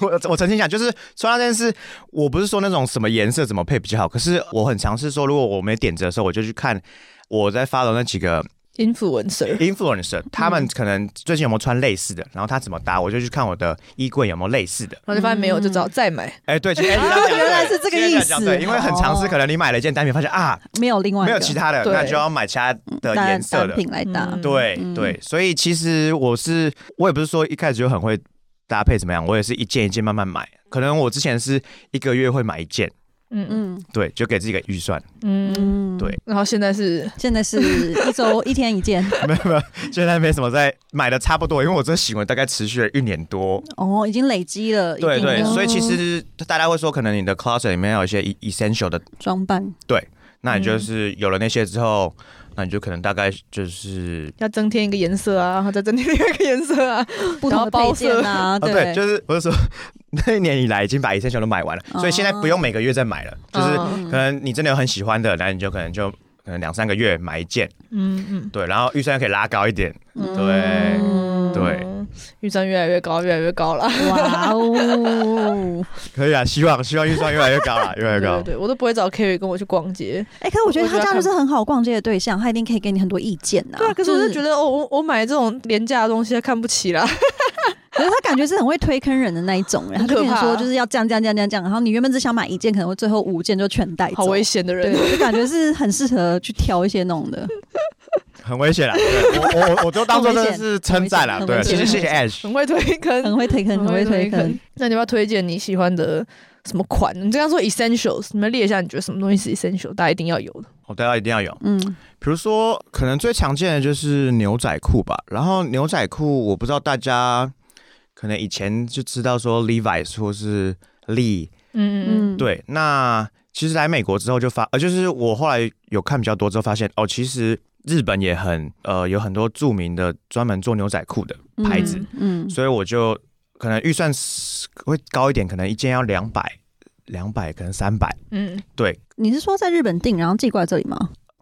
Speaker 1: 我我曾经想，就是穿搭这件事，我不是说那种什么颜色怎么配比较好，可是我很尝试说，如果我没点子的时候，我就去看我在 follow 那几个
Speaker 2: influencer，
Speaker 1: influencer，他
Speaker 3: 嗯
Speaker 1: 们可能最近有没有穿类似的，然后他怎么搭，我就去看我的衣柜有没有类似的。
Speaker 2: 然后就发现没有，就只好再买。
Speaker 1: 哎、对，其实、哎你这样讲对
Speaker 3: 啊原来是这个意
Speaker 1: 其
Speaker 3: 思
Speaker 1: 实这样讲对，因为很尝试，
Speaker 3: 哦 Oh
Speaker 1: 可能你买了一件单品，发现啊，
Speaker 3: 没有另外一
Speaker 1: 没有
Speaker 3: 个
Speaker 1: 其他的，
Speaker 2: 对
Speaker 1: 那就要买其他的
Speaker 3: 单
Speaker 1: 颜色
Speaker 3: 嗯单
Speaker 1: 的。
Speaker 3: 品来搭。
Speaker 2: 嗯
Speaker 1: 对
Speaker 3: 嗯
Speaker 1: 对，所以其实我是我也不是说一开始就很会搭配怎么样，我也是一件一件慢慢买。可能我之前是一个月会买一件，
Speaker 2: 嗯
Speaker 3: 嗯
Speaker 1: 对，就给自己一个预算。
Speaker 2: 嗯嗯，
Speaker 3: 嗯
Speaker 1: 对，
Speaker 2: 然后现在是
Speaker 3: 现在是一 周一天一件，
Speaker 1: 没有没有，现在没什么在买的差不多，因为我这个行为大概持续了一年多。
Speaker 3: 哦，已经累积了一
Speaker 1: 对
Speaker 3: 定
Speaker 1: 对，
Speaker 3: 的哦
Speaker 1: 所以其实大家会说，可能你的 closet 里面要有一些 e- essential 的，
Speaker 3: 装扮，
Speaker 1: 那
Speaker 3: 嗯
Speaker 1: 你就是有了那些之后，那你就可能大概就是。
Speaker 2: 要增添一个颜色啊，然后再增添另外一个颜色啊，
Speaker 3: 不同的配件啊，
Speaker 1: 哦，对，
Speaker 3: 对，
Speaker 1: 就是我是说， 那一年以来已经把 essential 都买完了，所以现在不
Speaker 3: 哦
Speaker 1: 用每个月再买了，就是
Speaker 2: 嗯
Speaker 1: 可能你真的有很喜欢的，然后你就可能就可能两三个月买一件，
Speaker 2: 嗯嗯，
Speaker 1: 对，然后预算可以拉高一点，
Speaker 3: 嗯
Speaker 1: 对
Speaker 2: 嗯
Speaker 1: 哎对，
Speaker 2: 预算越来越高，越来越高了。
Speaker 3: 哇哦！
Speaker 1: 可以啊，希望希望预算越来越高啦，越来
Speaker 2: 对
Speaker 1: 越高
Speaker 2: 对。对，我都不会找 Kerry 跟我去逛街。
Speaker 3: 哎，可是我觉得他
Speaker 2: 我觉得
Speaker 3: 这样就是
Speaker 2: 他
Speaker 3: 很好逛街的对象，他一定可以给你很多意见呐。
Speaker 2: 对啊，可是我
Speaker 3: 就
Speaker 2: 就觉，得，哦，我我买这种廉价的东西，他看不起啦。
Speaker 3: 可是他感觉是很会推坑人的那一种欸 人，
Speaker 2: 很可
Speaker 3: 他就跟你
Speaker 2: 怕
Speaker 3: 说就是要这样这样这样这样这样，然后你原本只想买一件，可能会最后五件就全带走，
Speaker 2: 好危险的人。
Speaker 3: 对，我感觉是很适合去挑一些那种 的。
Speaker 1: 很危险啦， 对我我我我都当做
Speaker 3: 很危
Speaker 1: 这
Speaker 3: 险
Speaker 1: 是称赞啦，
Speaker 3: 很
Speaker 1: 对，
Speaker 3: 危
Speaker 1: 谢
Speaker 3: 险嗯
Speaker 1: 谢谢谢
Speaker 3: 很
Speaker 1: Ash。
Speaker 2: 很会推坑，
Speaker 3: 很会推坑， 很会推坑。。
Speaker 2: 那你要不要推荐你喜欢的什么款？你刚刚说 essentials，你们列一下，你觉得什么东西是 essential，大家一定要有的。
Speaker 1: 我哦啊大家一定要有，
Speaker 3: 嗯，
Speaker 1: 比如说可能最常见的就是牛仔裤吧，然后牛仔裤我不知道大家可能以前就知道说 Levi's 或是 Lee，
Speaker 2: 嗯
Speaker 3: 嗯，
Speaker 1: 对，那其实来美国之后就发，呃，就是我后来有看比较多之后发现，哦，其实日本也很，呃，有很多著名的专门做牛仔裤的，
Speaker 3: 嗯
Speaker 1: 牌子，
Speaker 3: 嗯，
Speaker 1: 所以我就可能预算是会高一点，可能一件要两百，两百可能三百。
Speaker 2: 嗯
Speaker 1: 对，
Speaker 3: 你是说在日本订，然后寄过来这里吗？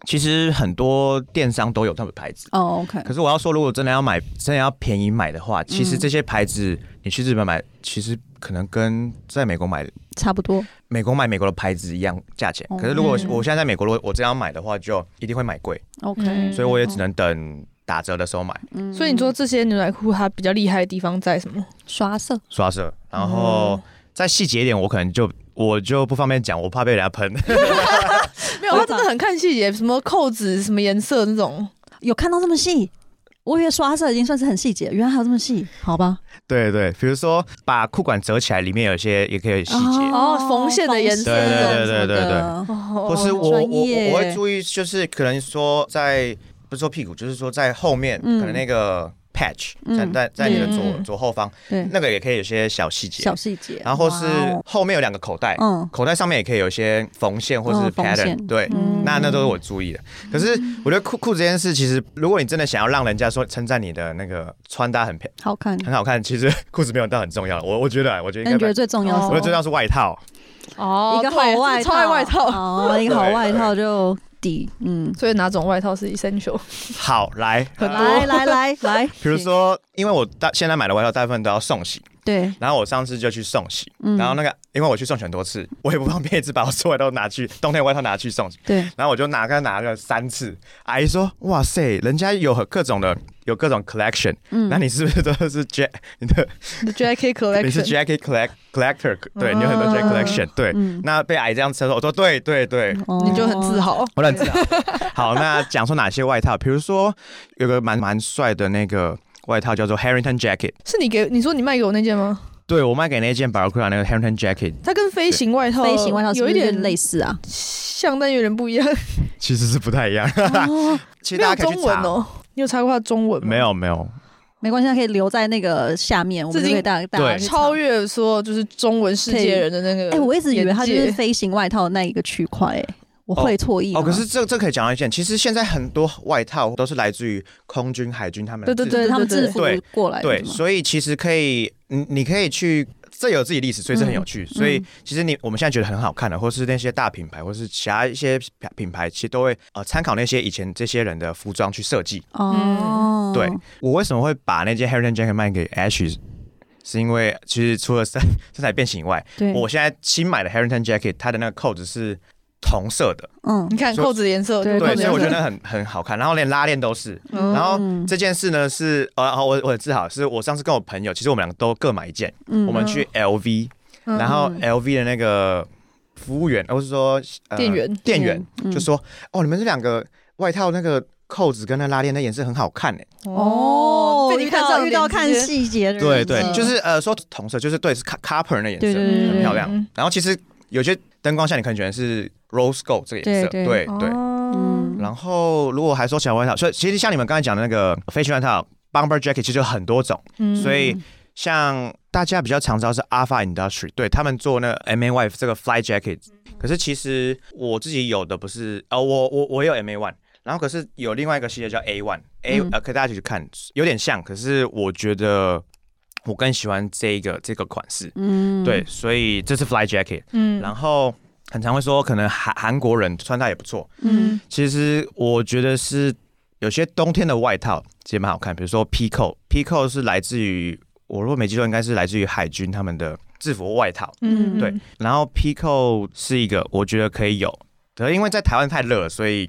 Speaker 1: 其实很多电商都有他们的牌子。
Speaker 3: 哦，OK，
Speaker 1: 可是我要说，如果真的要买，真的要便宜买的话，其实
Speaker 3: 嗯
Speaker 1: 这些牌子你去日本买，其实可能跟在美国买
Speaker 3: 差不多。
Speaker 1: 美国买美国的牌子一样价钱，
Speaker 3: 哦
Speaker 1: 可是如果
Speaker 2: 嗯
Speaker 1: 我现在在美国，如果我真要买的话，就一定会买贵，
Speaker 2: 嗯
Speaker 3: OK，
Speaker 1: 所以我也只能等打折的时候买
Speaker 3: 嗯
Speaker 2: 所以你说这些牛仔裤它比较厉害的地方在什么？
Speaker 3: 哦刷色，
Speaker 1: 刷色。然后再细节一点，我可能就我就不方便讲，我怕被人家喷。
Speaker 2: 没有，它真的很看细节，什么扣子、什么颜色那种。
Speaker 3: 有看到这么细？我以为刷色已经算是很细节，原来还有这么细，好吧？
Speaker 1: 对对，比如说把裤管折起来，里面有一些也可以有细节，
Speaker 2: 哦缝线的颜色
Speaker 1: 对对对对对对
Speaker 3: 对，
Speaker 2: 哦
Speaker 1: 或是我我
Speaker 3: 专
Speaker 1: 我
Speaker 3: 业
Speaker 1: 我会注意，就是可能说在不是说屁股，就是说在后面、
Speaker 3: 嗯
Speaker 1: 可能那个 patch
Speaker 3: 嗯
Speaker 1: 在在在你的左、
Speaker 2: 嗯
Speaker 1: 左后方，
Speaker 3: 对，
Speaker 1: 那个也可以有些小细节
Speaker 3: 小，细节。
Speaker 1: 然后是
Speaker 3: 哇哦
Speaker 1: 后面有两个口袋，
Speaker 3: 嗯，
Speaker 1: 口袋上面也可以有一些缝线或是
Speaker 3: 哦缝
Speaker 1: pattern，、
Speaker 3: 线
Speaker 1: 对，
Speaker 3: 嗯
Speaker 1: 那那都是我注意的。可是我觉得裤裤子这件事，其实如果你真的想要让人家说称赞你的那个穿搭很漂
Speaker 3: 好看。
Speaker 1: 很好看，其实裤子没有到很重要。我我觉得，我觉得
Speaker 3: 那
Speaker 1: 应
Speaker 3: 嗯你
Speaker 1: 该
Speaker 3: 觉得
Speaker 1: 蛮，
Speaker 3: 最重要是什
Speaker 1: 我觉得
Speaker 3: 么
Speaker 1: 最重要是外套。
Speaker 2: 哦，
Speaker 3: 一个好
Speaker 2: 对
Speaker 3: 外
Speaker 2: 超爱
Speaker 3: 套，
Speaker 2: 外套。
Speaker 3: 哦，一个好
Speaker 1: 对
Speaker 3: 外
Speaker 1: 对
Speaker 3: 套就抵，嗯，
Speaker 2: 所以哪种外套是 essential？
Speaker 1: 好，来，
Speaker 2: 很多
Speaker 3: 来来来来，
Speaker 1: 比如说，因为我大现在买的外套大部分都要送洗，
Speaker 3: 对，
Speaker 1: 然后我上次就去送洗，
Speaker 3: 嗯，
Speaker 1: 然后那个因为我去送洗很多次，我也不方便一直把我所有都拿去冬天外套拿去送洗，
Speaker 3: 对，
Speaker 1: 然后我就拿个拿了三次，阿姨说：“哇塞，人家有各种的，有各种 collection，
Speaker 3: 嗯
Speaker 1: 那、，你是不是都是 Jack 你的
Speaker 2: J.K.
Speaker 1: 你是
Speaker 2: collection，
Speaker 1: Jackie collect collector？对，你有很多 Jack
Speaker 2: 啊
Speaker 1: collection，对。
Speaker 3: 嗯，
Speaker 1: 那被阿姨这样称说，我说对对对，
Speaker 3: 哦
Speaker 2: 你就很自，豪。
Speaker 1: 我很自豪。 好，那讲说哪些外套？比如说有个蛮蛮帅的那个外套叫做 Harrington jacket，
Speaker 2: 是你给你说你卖给我那件吗？
Speaker 1: 对我卖给那件 b a r c u r a 那个 Harrington jacket，
Speaker 2: 它跟飞行外套
Speaker 3: 飞行外套是
Speaker 2: 有
Speaker 3: 不
Speaker 2: 一
Speaker 3: 是
Speaker 2: 点
Speaker 3: 类 似啊？
Speaker 2: 像，但有点不一样，
Speaker 1: 其实是不太一样。
Speaker 3: 哦，
Speaker 1: 其实
Speaker 2: 没有
Speaker 1: 大家可以
Speaker 2: 中
Speaker 1: 去
Speaker 2: 文
Speaker 1: 查，
Speaker 2: 哦。你有查过它中文吗？
Speaker 1: 没。有没有，
Speaker 3: 没关系，它可以留在那个下面，我们
Speaker 2: 这
Speaker 3: 就
Speaker 2: 已
Speaker 3: 可以
Speaker 2: 经
Speaker 3: 大大家
Speaker 1: 对
Speaker 3: 去查
Speaker 2: 超。越所有就是中文世界人的那个眼界。
Speaker 3: 哎，我一直以为它就是飞行外套的那一个区块，哎，我会错意了
Speaker 1: 哦，可是这这可以讲到一件，其实现在很多外套都是来自于空军、海军他们
Speaker 2: 对
Speaker 1: 自
Speaker 2: 对
Speaker 3: 对
Speaker 2: 对
Speaker 3: 他们制服
Speaker 1: 对
Speaker 3: 过来的
Speaker 1: 对，
Speaker 3: 嘛
Speaker 1: 所以其实可以，你你可以去，这有自己历史，所以这很有趣。所以其实你我们现在觉得很好看的，或是那些大品牌，或是其他一些品牌，其实都会呃参考那些以前这些人的服装去设计。
Speaker 2: 嗯
Speaker 3: 哦，
Speaker 1: 对我为什么会把那件 Harrington jacket 卖给 Ash？是因为其实除了身 身材变形以外，
Speaker 3: 对，
Speaker 1: 我现在新买的 Harrington jacket，它的那个扣子是同色的，
Speaker 3: 嗯
Speaker 2: 你看
Speaker 1: 所以
Speaker 2: 扣子颜色，
Speaker 3: 对
Speaker 2: 扣
Speaker 1: 对，所
Speaker 2: 子
Speaker 1: 以
Speaker 2: 颜色
Speaker 1: 我觉得很很好看，然后连拉链都是。
Speaker 2: 嗯
Speaker 1: 然后
Speaker 3: 嗯
Speaker 1: 这件事呢是，呃，好我我很自豪，是我上次跟我朋友，其实我们两个都各买一件，
Speaker 3: 嗯
Speaker 1: 我们去 LV，、
Speaker 2: 嗯
Speaker 1: 然后 LV 的那个服务员，或是说、呃
Speaker 2: 店员
Speaker 1: 店员
Speaker 3: 嗯
Speaker 1: 就说，哦，你们这两个外套那个扣子跟那拉链的颜色很好看欸诶，
Speaker 3: 哦，
Speaker 2: 被你
Speaker 3: 遇
Speaker 2: 看上
Speaker 3: 到
Speaker 2: 眼
Speaker 3: 遇到
Speaker 2: 直
Speaker 3: 看
Speaker 2: 接
Speaker 3: 细节的人，
Speaker 1: 对对，
Speaker 2: 嗯
Speaker 1: 就是呃说同色，就是对是 c a p e r 那颜色，
Speaker 3: 对对对对
Speaker 1: 很漂亮
Speaker 2: 嗯。
Speaker 1: 然后其实有些灯光下你可能觉得是 rose gold 这个颜色，
Speaker 3: 对对哦
Speaker 1: 对对。
Speaker 2: 嗯
Speaker 1: 然后如果还说起来外套，所以其实像你们刚才讲的那个飞行外套 bomber jacket，其实有很多种。
Speaker 2: 嗯
Speaker 1: 所以像大家比较常知道是 Alpha Industry，对他们做那个 MA One 这个 Fly Jacket，可是其实我自己有的不是，呃，我我我有 MA One，然后可是有另外一个系列叫 A One，A、
Speaker 3: 嗯
Speaker 1: 呃，可以大家一起去看，有点像，可是我觉得我更喜欢这个这个款式，
Speaker 3: 嗯，
Speaker 1: 对，所以这是 Fly Jacket，
Speaker 2: 嗯
Speaker 1: 然后很常会说可能韩韩国人穿搭也不错，
Speaker 3: 嗯，
Speaker 1: 其实我觉得是有些冬天的外套其实蛮好看，比如说 Pico，Pico 是来自于我如果没记错，应该是来自于海军他们的制服外套。
Speaker 2: 嗯
Speaker 1: 对，然后 Pico 是一个我觉得可以有，可是因为在台湾太热了，所以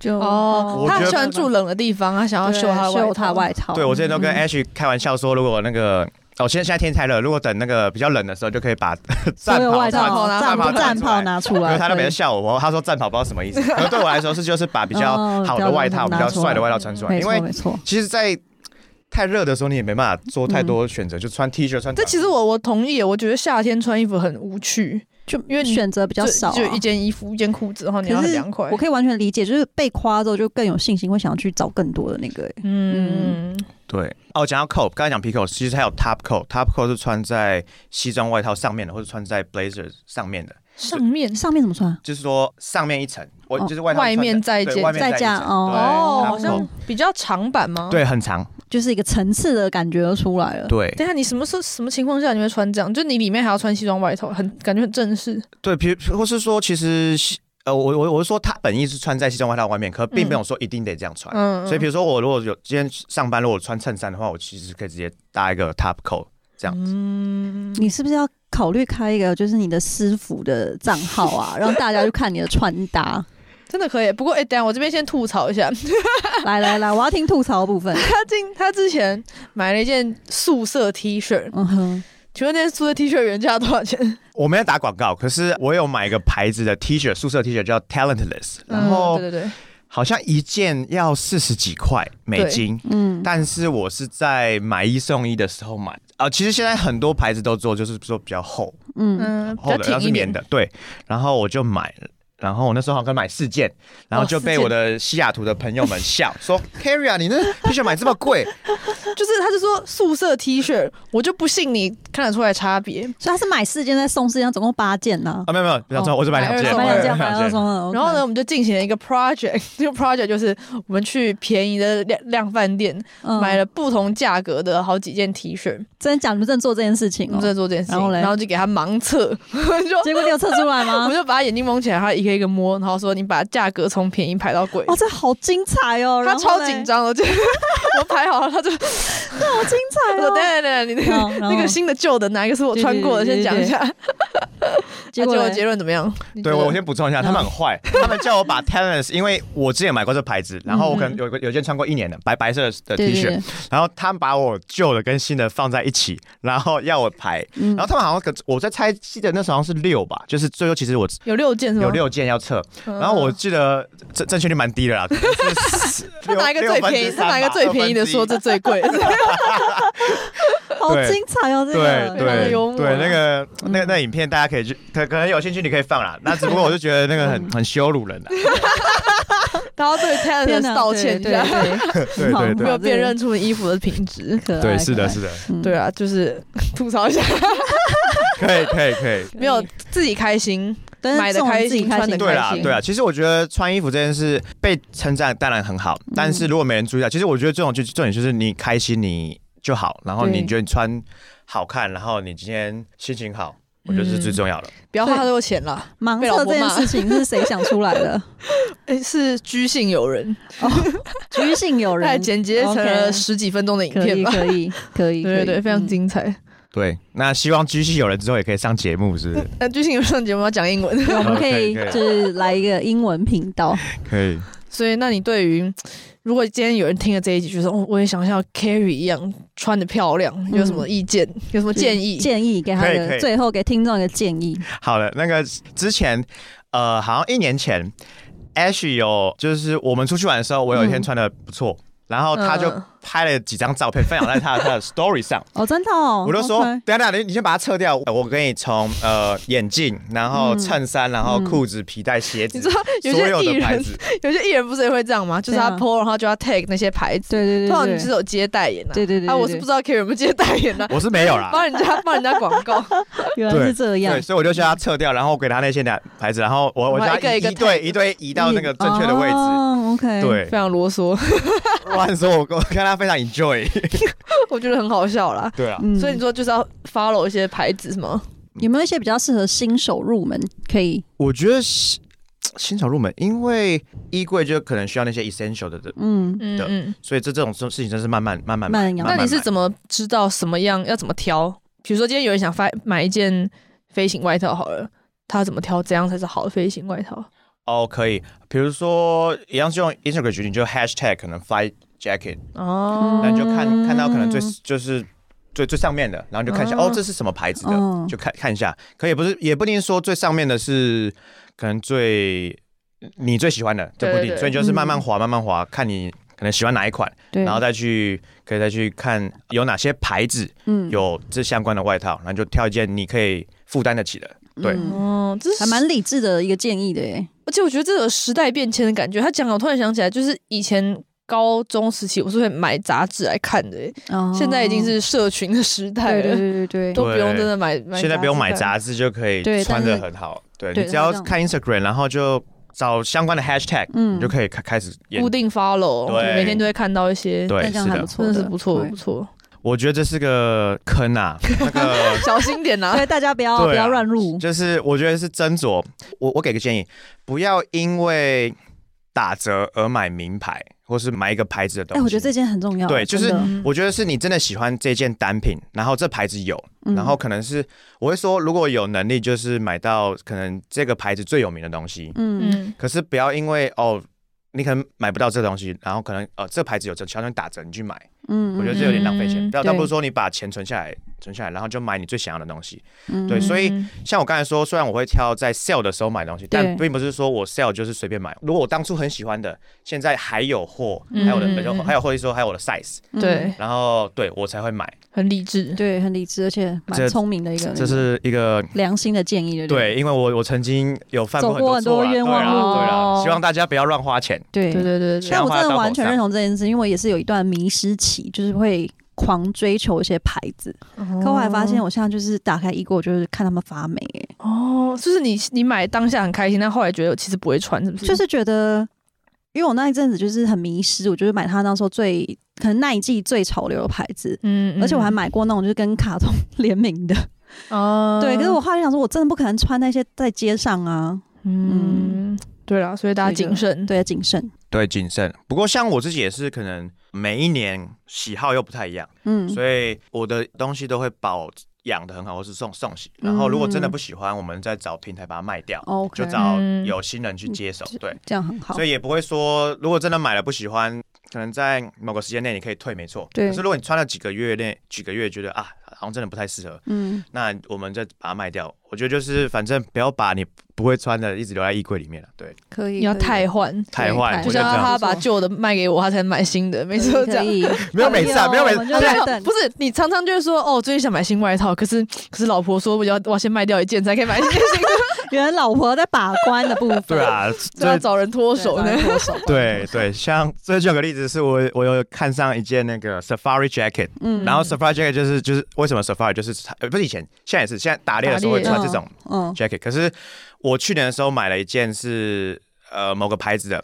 Speaker 3: 就
Speaker 2: 哦，
Speaker 1: 我
Speaker 2: 他
Speaker 1: 觉
Speaker 2: 很
Speaker 1: 得
Speaker 2: 喜欢住冷的地方，他想要
Speaker 3: 对
Speaker 2: 秀他
Speaker 3: 秀他
Speaker 2: 套
Speaker 3: 外套，
Speaker 1: 对我之前都跟
Speaker 2: 嗯
Speaker 1: Ash 开玩笑说，如果那个。哦，现在现在天气太热，如果等那个比较冷的时候，就可以把
Speaker 3: 所
Speaker 1: 战
Speaker 3: 有
Speaker 1: 袍
Speaker 3: 外
Speaker 1: 穿
Speaker 3: 套
Speaker 2: 拿
Speaker 3: 战
Speaker 1: 战袍
Speaker 3: 战
Speaker 1: 拿出
Speaker 3: 袍
Speaker 1: 来
Speaker 3: 拿出
Speaker 1: 因
Speaker 3: 来，
Speaker 1: 为他那边
Speaker 3: 对
Speaker 1: 笑我，他说战袍不知道什么意思。可是对我来说是就是把比较
Speaker 3: 哦
Speaker 1: 好的
Speaker 3: 比较
Speaker 1: 外套、
Speaker 3: 拿
Speaker 1: 比较
Speaker 3: 出来嗯
Speaker 1: 帅的外套穿出来，
Speaker 3: 没
Speaker 1: 因为
Speaker 3: 错没错，
Speaker 1: 其实，在太热的时候，你也没办法做太多选择，就穿 T 恤穿短裤。
Speaker 2: 这其实我我同意，我觉得夏天穿衣服很无趣，
Speaker 3: 就
Speaker 2: 因为你
Speaker 3: 选择比
Speaker 2: 就
Speaker 3: 较少啊，
Speaker 2: 就一件衣服、一件裤子，然后你要
Speaker 3: 可
Speaker 2: 很
Speaker 3: 是
Speaker 2: 凉快
Speaker 3: 我。可以完全理解，就是被夸之后就更有信心，会想要去找更多的那个、欸
Speaker 2: 嗯，
Speaker 1: 对哦，讲到扣，刚才讲 Pico，其实还有 Top Coat，Top Coat 是穿在西装外套上面的，或者穿在 blazer 上面的，
Speaker 2: 上面
Speaker 3: 上面怎么算啊？
Speaker 1: 就是说上面一层，我、
Speaker 3: 哦
Speaker 1: 就是外套
Speaker 2: 外面再
Speaker 1: 穿的
Speaker 2: 见
Speaker 1: 对外面
Speaker 3: 再
Speaker 1: 一
Speaker 3: 加
Speaker 1: 层
Speaker 3: 哦
Speaker 1: 对
Speaker 2: 哦，
Speaker 1: top
Speaker 2: 好像
Speaker 1: coat
Speaker 2: 比较长版吗？。
Speaker 1: 对很长，
Speaker 3: 就是一个层次的感觉就出来了。
Speaker 1: 对
Speaker 2: 等一下，你什么时候、什么情况下你会穿这样？就你里面还要穿西装外套，很感觉很正式。
Speaker 1: 对，比如或是说，其实呃，我我我是说，他本意是穿在西装外套外面，可并没有说一定得这样穿。
Speaker 2: 嗯，
Speaker 1: 哎所以，比
Speaker 2: 如
Speaker 1: 如说我如果有今天上班，如果我穿衬衫的话，我其实可以直接搭一个 top coat 这样子。
Speaker 2: 嗯，
Speaker 3: 你是不是要考虑开一个就是你的私服的账 号啊，让大家去看你的穿搭？
Speaker 2: 真的可以。不过，哎、等一下我这边先吐槽一下，
Speaker 3: 来来来，我要听吐槽的部 分。
Speaker 2: 他今他之前买了一件素色 T 恤，
Speaker 3: 嗯哼，
Speaker 2: 请问那件素色 T 恤原价多少钱？
Speaker 1: 我没有打广告，可是我有买一个牌子的 T 恤，宿舍 T 恤叫 Talentless，然后
Speaker 2: 嗯、对对对，
Speaker 1: 好像一件要四十几块美金，
Speaker 3: 嗯，
Speaker 1: 但是我是在买一送一的时候买啊、其实现在很多牌子都做，就是说比较厚
Speaker 3: 嗯，
Speaker 2: 嗯，比
Speaker 1: 厚
Speaker 2: 较
Speaker 1: 的，要
Speaker 2: 挺
Speaker 1: 是
Speaker 2: 一
Speaker 1: 棉
Speaker 2: 点。
Speaker 1: 的，对。然后我就买了。然后我那时候好像买四件，然后就被
Speaker 2: 四件
Speaker 1: 我的西雅图的朋友们笑，说 Carrie 啊，你那 T 恤买这么贵，啊
Speaker 2: 就是他就说素色 T 恤，我就不信你看得出来差别。
Speaker 3: 所以他是买四件再送四件，总共八件呐、
Speaker 1: 啊，没有没有，不要说，我只买两件，
Speaker 2: 对
Speaker 3: 买两件，买
Speaker 1: 两
Speaker 3: 二送二。
Speaker 2: 然后呢，我们就进行了一个 project，这 个 project 就是我们去便宜的量量贩店、
Speaker 3: 嗯
Speaker 2: 买了不同价格的好几件 T 恤，
Speaker 3: 真的假的？你们真的做这件事
Speaker 2: 我
Speaker 3: 情
Speaker 2: 们
Speaker 3: 哦？
Speaker 2: 在做这件事情，
Speaker 3: 然后嘞啊
Speaker 2: 然后就给他盲测，就
Speaker 3: 结果你有测出来
Speaker 2: 我
Speaker 3: 吗
Speaker 2: 们？就把他眼睛蒙起来，他一个一个摸，然后说你把价格从便宜排到贵。
Speaker 3: 哦，这好精彩哦！
Speaker 2: 他
Speaker 3: 然后
Speaker 2: 超
Speaker 3: 嘞
Speaker 2: 紧，张的，就我排好了，他就我
Speaker 3: 这好精彩
Speaker 2: 说等一
Speaker 3: 哦！
Speaker 2: 下等一下，你那
Speaker 3: 嗯
Speaker 2: 个
Speaker 3: 然后
Speaker 2: 那个新的旧的哪一个是我穿过的？
Speaker 3: 对
Speaker 2: 先
Speaker 3: 对对
Speaker 2: 讲一下。
Speaker 3: 结
Speaker 2: 啊
Speaker 3: 果
Speaker 2: 结果
Speaker 3: 嘞
Speaker 2: 结论怎么样？你
Speaker 1: 对，
Speaker 2: 觉得
Speaker 1: 我我先补充一下，他们很 坏，他们叫我把 Talents，因为我之前买过这牌子，然后我可
Speaker 2: 嗯
Speaker 1: 能有个有件穿过一年的白白色的 T
Speaker 3: 对对
Speaker 1: 恤
Speaker 3: 对，
Speaker 1: 然后他们把我旧的跟新的放在一起，然后要我排，
Speaker 3: 嗯
Speaker 1: 然后他们好像可我在猜，记得那时候好像是六吧，就是最后其实我
Speaker 2: 有六件是吗？嗯
Speaker 1: 有，六件要测，
Speaker 2: 然
Speaker 1: 然后我记得正正确率蛮低的啦，
Speaker 2: 他
Speaker 1: 他
Speaker 2: 拿一个最便宜，他拿一个最便宜的说这最 贵，
Speaker 3: 好
Speaker 1: 对
Speaker 3: 精彩哦！这
Speaker 1: 对
Speaker 3: 个
Speaker 2: 非常的
Speaker 1: 对
Speaker 2: 幽默嗯
Speaker 1: 对，那个那那影片大家可以去，可可能有兴趣你可以放啦。那只不过我就觉得那个
Speaker 2: 嗯
Speaker 1: 很很羞辱人啊。
Speaker 2: 然后对 t a l e n
Speaker 3: 哪
Speaker 2: 道歉一
Speaker 3: 对
Speaker 2: 下，
Speaker 1: 对对对
Speaker 2: 没有辨认出你衣服的品质。
Speaker 3: 可爱，
Speaker 1: 对，是的，
Speaker 3: 可爱
Speaker 1: 是的，
Speaker 3: 嗯
Speaker 2: 对啊，就是吐槽一下，
Speaker 1: 可以可以可以。
Speaker 2: 没
Speaker 3: 嗯
Speaker 2: 有自己开心，
Speaker 3: 但是
Speaker 2: 买得
Speaker 3: 这种
Speaker 2: 开
Speaker 3: 自己
Speaker 2: 心
Speaker 3: 开
Speaker 2: 穿
Speaker 3: 心
Speaker 2: 得
Speaker 1: 对
Speaker 2: 开
Speaker 1: 啦
Speaker 2: 心，
Speaker 1: 对啊啦，其实我觉得穿衣服这件事被称赞当然很好，但是如果没人注意到，其实我觉得这种就重点就是你开心你就好，然后
Speaker 2: 对
Speaker 1: 你觉得你穿好看，然后你今天心情好，我觉得是最重要的。
Speaker 2: 不要花太多钱啦。
Speaker 3: 盲
Speaker 2: 被老
Speaker 3: 测
Speaker 2: 婆
Speaker 3: 这 件
Speaker 2: 骂
Speaker 3: 事情是谁想出来的？
Speaker 2: 诶是居性友人，
Speaker 3: 居性有
Speaker 2: 它
Speaker 3: 人，
Speaker 2: 剪辑成了
Speaker 3: OK
Speaker 2: 十几分钟的影
Speaker 3: 可
Speaker 2: 片
Speaker 3: 以
Speaker 2: 吧。
Speaker 3: 可以 可以，
Speaker 2: 对对
Speaker 3: 可以
Speaker 2: 对，非常。
Speaker 3: 嗯
Speaker 2: 精 彩。
Speaker 1: 对，那希望 G 系有人之后也可以上节目，是不是？
Speaker 2: 那居性友人上节目要讲英文，
Speaker 3: 对我们可以
Speaker 1: 可以可以
Speaker 3: 就是来一个英文频道，
Speaker 1: 可以。
Speaker 2: 所以，那你对于如果今天有人听了这一集，就说哦，我也想像 Carrie 一样穿的漂亮，有什么意见？有什么建议？
Speaker 3: 嗯建议给他
Speaker 1: 可以可
Speaker 3: 的
Speaker 1: 以
Speaker 3: 最后给听众一个建议，
Speaker 1: 好了，那个之前呃，好像一年前，Ash 有就是我们出去玩的时候，我有一天
Speaker 2: 嗯
Speaker 1: 穿的不错，然后他就
Speaker 2: 嗯
Speaker 1: 拍了几张照片分享在他的他的 Story 上，
Speaker 3: 哦，真的哦，
Speaker 1: 我就说
Speaker 3: OK
Speaker 1: 等一下等一下，你你先把它撤掉，我给你从呃眼镜，然后衬衫，然后裤子、皮带、鞋子
Speaker 2: 你 知，道 有
Speaker 1: 所有
Speaker 2: 些艺
Speaker 1: 的牌
Speaker 2: 人，
Speaker 1: 子，
Speaker 2: 有些艺人不是也会这样吗？就是他
Speaker 3: 对啊
Speaker 2: PO，然后就要 tag 那些牌子。
Speaker 3: 对对对，
Speaker 2: 通常你
Speaker 3: 对
Speaker 2: 是有接代言啊。
Speaker 3: 对对对对
Speaker 2: 啊，我是不知道 Carrie 有没有接代言 啊，
Speaker 1: 我是没有啦。
Speaker 2: 帮人家帮人家广告。
Speaker 3: 原来是这样
Speaker 1: 对，，所以我就叫他撤掉，然后给他那些两牌子，然后我我叫他
Speaker 2: 一个一个
Speaker 1: 一对一对移到那个正确的位置。
Speaker 3: 哦，OK，，
Speaker 1: 对
Speaker 2: 非，常啰嗦，
Speaker 1: 乱说，我我看他非常 enjoy。
Speaker 2: 我觉得很好笑啦。
Speaker 1: 对啊，
Speaker 3: 嗯
Speaker 2: 所以你说就是要 follow 一些牌子是吗？
Speaker 1: 嗯
Speaker 3: 有没有一些比较适合新手入门可以？
Speaker 1: 我觉得新新手入门，因为衣柜就可能需要那些 essential 的，的
Speaker 3: 嗯，
Speaker 2: 嗯
Speaker 1: 的
Speaker 2: 嗯。
Speaker 1: 所以这这种事情真是慢慢慢慢买
Speaker 3: 慢养
Speaker 2: 那你是
Speaker 1: 么？
Speaker 2: 怎么知道什么样要怎么挑？比如说今天有人想发买一件飞行外套好了，他怎么挑怎样才是好的飞行外套？
Speaker 1: 哦，可以，比如说一样是用 Instagram 举例，你就 hashtag 可能 fly jacket，
Speaker 2: 哦，
Speaker 1: 那你就看看到可
Speaker 3: 嗯
Speaker 1: 能最就是。最最上面的，然后你就看一下，
Speaker 2: 哦
Speaker 1: 哦，这是什么牌子的，
Speaker 3: 嗯
Speaker 1: 就看看一下。可也不是，也不一定说最上面的是可能最你最喜欢的，这不一定。
Speaker 2: 对对对
Speaker 1: 所以你就是慢慢
Speaker 3: 嗯
Speaker 1: 滑，慢慢滑，看你可能喜欢哪一款，
Speaker 3: 对，
Speaker 1: 然后再去可以再去看有哪些牌子，
Speaker 3: 嗯，
Speaker 1: 有这相关的外套，然后就挑一件你可以负担得起的。对，
Speaker 3: 嗯
Speaker 2: 哦，这是
Speaker 3: 还蛮理智的一个建议的耶，
Speaker 2: 而且我觉得这有时代变迁的感觉。他讲，我突然想起来，就是以前高中时期我是会买杂志来看的耶，
Speaker 3: 哦
Speaker 2: 现在已经是社群的时代
Speaker 3: 对
Speaker 2: 了，
Speaker 3: 对对对
Speaker 2: 都
Speaker 3: 对，
Speaker 2: 不用真的买。买
Speaker 1: 现在不用买
Speaker 2: 看，
Speaker 1: 杂志就可以
Speaker 3: 对
Speaker 1: 穿
Speaker 3: 但
Speaker 1: 的
Speaker 3: 是
Speaker 1: 很好。对
Speaker 3: 对
Speaker 1: 你只要
Speaker 3: 它这样
Speaker 1: 看 Instagram，然后就找相关的 hashtag，、
Speaker 3: 嗯
Speaker 1: 你就可以开开始演
Speaker 2: 固。定 follow，
Speaker 1: 对
Speaker 2: 每天都会看到一些，
Speaker 1: 对
Speaker 3: 那，这样
Speaker 1: 是
Speaker 3: 还
Speaker 1: 的
Speaker 3: 不，错，
Speaker 2: 真的是不错
Speaker 3: 对
Speaker 2: 不错，
Speaker 1: 我觉得这是个坑 啊。那个
Speaker 2: 小心点呐
Speaker 3: 所。以大家不要
Speaker 1: 对啊
Speaker 3: 不要乱入，
Speaker 1: 就是我觉得是斟酌。我我给个建议，不要因为打折而买名牌，或是买一个牌子的东
Speaker 3: 哎，
Speaker 1: 西。
Speaker 3: 我觉得这件很重要，
Speaker 1: 对 就是
Speaker 3: 真的
Speaker 2: 嗯
Speaker 1: 我觉得是你真的喜欢这件单品，然后这牌子有，
Speaker 3: 嗯
Speaker 1: 然后可能是我会说，如果有能力，就是买到可能这个牌子最有名的东西。
Speaker 3: 嗯，
Speaker 2: 嗯，
Speaker 1: 可是不要因为哦，你可能买不到这东西，然后可能呃这牌子有折，悄悄打折，你去买，
Speaker 3: 嗯，
Speaker 1: 我觉得这有点浪费钱。啊
Speaker 2: 嗯
Speaker 1: 倒倒不
Speaker 3: 对
Speaker 1: 如说你把钱存下来，存下来，然后就买你最想要的东西。
Speaker 3: 嗯
Speaker 1: 对所以
Speaker 2: 嗯
Speaker 1: 像我刚才说，虽然我会挑在 sale 的时候买东西，但
Speaker 3: 对
Speaker 1: 并不是说我 sale 就是随便买。如果我当初很喜欢的，现在还有货，还有我的
Speaker 2: 嗯嗯
Speaker 1: 本身
Speaker 2: 嗯
Speaker 1: 还有或者说还有我的 size，
Speaker 2: 对，
Speaker 1: 然后对我才会买。
Speaker 2: 很理智。
Speaker 3: 嗯对，很理智，而且蛮
Speaker 1: 这
Speaker 3: 聪明的一个，
Speaker 1: 这是一个
Speaker 3: 良心的建议，对不
Speaker 1: 对，因为我我曾经有犯过
Speaker 3: 走过
Speaker 1: 很多错啦
Speaker 3: 很多冤枉
Speaker 1: 对啦啊
Speaker 2: 路
Speaker 1: 对啦
Speaker 2: 哦
Speaker 1: 希望大家不要乱花钱。
Speaker 3: 对
Speaker 2: 对对对对，
Speaker 3: 但我真
Speaker 1: 想
Speaker 3: 的
Speaker 1: 法
Speaker 3: 完全
Speaker 1: 到手
Speaker 3: 认同这件事，因为我也是有一段迷失期，就是会狂追求一些牌子。可我还发现，我现在就是打开衣柜，我就是看他们发霉、欸，
Speaker 2: 哦，就是你你买当下很开心，但后来觉得我其实不会穿，是不是？
Speaker 3: 就是觉得，因为我那一阵子就是很迷失，我就是买他那时候最可能那一季最潮流的牌子。
Speaker 2: 嗯，嗯
Speaker 3: 而且我还买过那种就是跟卡通 联名的，
Speaker 2: 哦，
Speaker 3: 对。可是我后来想说，我真的不可能穿那些在街上啊，
Speaker 2: 嗯，对啦，所以大家
Speaker 3: 这个
Speaker 2: 谨慎。
Speaker 3: 对，谨慎。
Speaker 1: 对，谨慎。不过像我自己也是，可能每一年喜好又不太一样，
Speaker 3: 嗯，
Speaker 1: 所以我的东西都会保养的很好，或是送送洗。然后如果真的不喜欢，我们再找平台把它卖掉，
Speaker 3: 嗯 OK，
Speaker 1: 就找有心人去接手。对，
Speaker 3: 这样很好
Speaker 1: 所。以也不会说，如果真的买了不喜欢，可能在某个时间内你可以退，没错。
Speaker 3: 对
Speaker 1: 可是如果你穿了几个月内，几个月觉得啊，好像真的不太适合，
Speaker 3: 嗯，
Speaker 1: 那我们再把它卖掉。我觉得就是反正不要把你不会穿的一直留在衣柜里面了。对，
Speaker 3: 可以。
Speaker 2: 你要
Speaker 3: 可以
Speaker 2: 汰换，
Speaker 1: 太坏，
Speaker 3: 太
Speaker 1: 我
Speaker 2: 就
Speaker 1: 就是这
Speaker 2: 要
Speaker 1: 样。
Speaker 2: 他把旧的卖给我，他才能买新的，每次都这
Speaker 3: 可
Speaker 2: 样。
Speaker 3: 以，
Speaker 1: 没有每次啊，没有每
Speaker 3: 哎我们
Speaker 1: 次
Speaker 3: 就。在
Speaker 2: 对啊
Speaker 3: 等
Speaker 2: 不是你常常就是说哦，最近想买新外套，可是可是老婆说我要我要先卖掉一件才可以买新的，
Speaker 3: 原来老婆在把关的部 分。
Speaker 1: 对啊，
Speaker 2: 就要
Speaker 1: 这
Speaker 2: 找人脱手呢
Speaker 3: 对。找人脱手。
Speaker 1: 对对，像最近有个例子是我我有看上一件那个 Safari jacket，
Speaker 3: 嗯
Speaker 1: 然后 Safari jacket 就是就是为什么 Safari 就是呃不是以前现在也是现在打猎的时候会
Speaker 2: 打猎
Speaker 1: 穿这种
Speaker 3: 嗯
Speaker 1: jacket，可是我去年的时候买了一件是呃某个牌子的，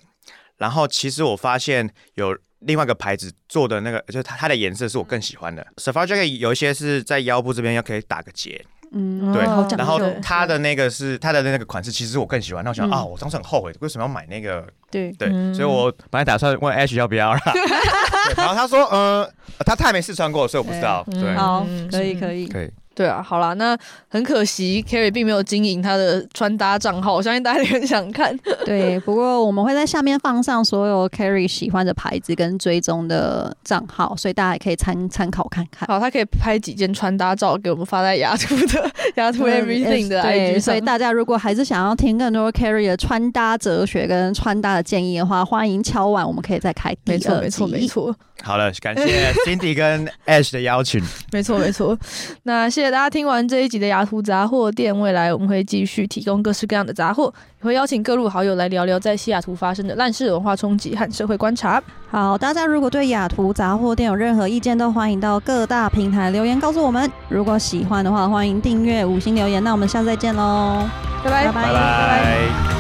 Speaker 1: 然后其实我发现有。另外一个牌子做的那个，就是它它的颜色是我更喜欢的。Safari jacket 有一些是在腰部这边要可以打个结，
Speaker 3: 嗯，
Speaker 1: 对
Speaker 3: 好讲究
Speaker 1: 然后
Speaker 2: 对
Speaker 1: 它的那个是它的那个款式，其实我更喜欢。那我想、
Speaker 3: 嗯
Speaker 1: 啊，我当时很后悔，为什么要买那个
Speaker 3: 对，
Speaker 1: 对，
Speaker 2: 嗯
Speaker 1: 所以我本来打算问 Ash 要不 要啦，对然后他说，呃，他太没试穿过，所以我不知道。
Speaker 2: 嗯
Speaker 1: 对，
Speaker 3: 好
Speaker 2: 嗯，
Speaker 3: 可以
Speaker 2: 嗯
Speaker 3: 可以。
Speaker 1: 可以，
Speaker 2: 对啊，好啦，那很可惜，Carrie 并没有经营他的穿搭账号，我相信大家也很想看。
Speaker 3: 对，不过我们会在下面放上所有 Carrie 喜欢的牌子跟追踪的账号，所以大家也可以参参考看 看。
Speaker 2: 好，他可以拍几件穿搭照给我们发在雅图的雅图 Everything 的
Speaker 3: 嗯呃对
Speaker 2: IG
Speaker 3: 所
Speaker 2: 上
Speaker 3: 以。大家如果还是想要听更多 Carrie 的穿搭哲学跟穿搭的建议的话，欢迎敲碗，我们可以再开第
Speaker 2: 没
Speaker 3: 二集。
Speaker 2: 错，没错，没错，
Speaker 1: 好了，感谢 Cindy 跟 Ash 的邀请，
Speaker 2: 没错，没错。那谢谢大家听完这一集的雅图杂货店，未来我们会继续提供各式各样的杂货，也会邀请各路好友来聊聊在西雅图发生的烂事文化冲击和社会观察。
Speaker 3: 好，大家如果对雅图杂货店有任何意见，都欢迎到各大平台留言告诉我们。如果喜欢的话，欢迎订阅、五星留言。那我们下次再见喽，
Speaker 2: 拜拜，
Speaker 3: 拜
Speaker 1: 拜拜。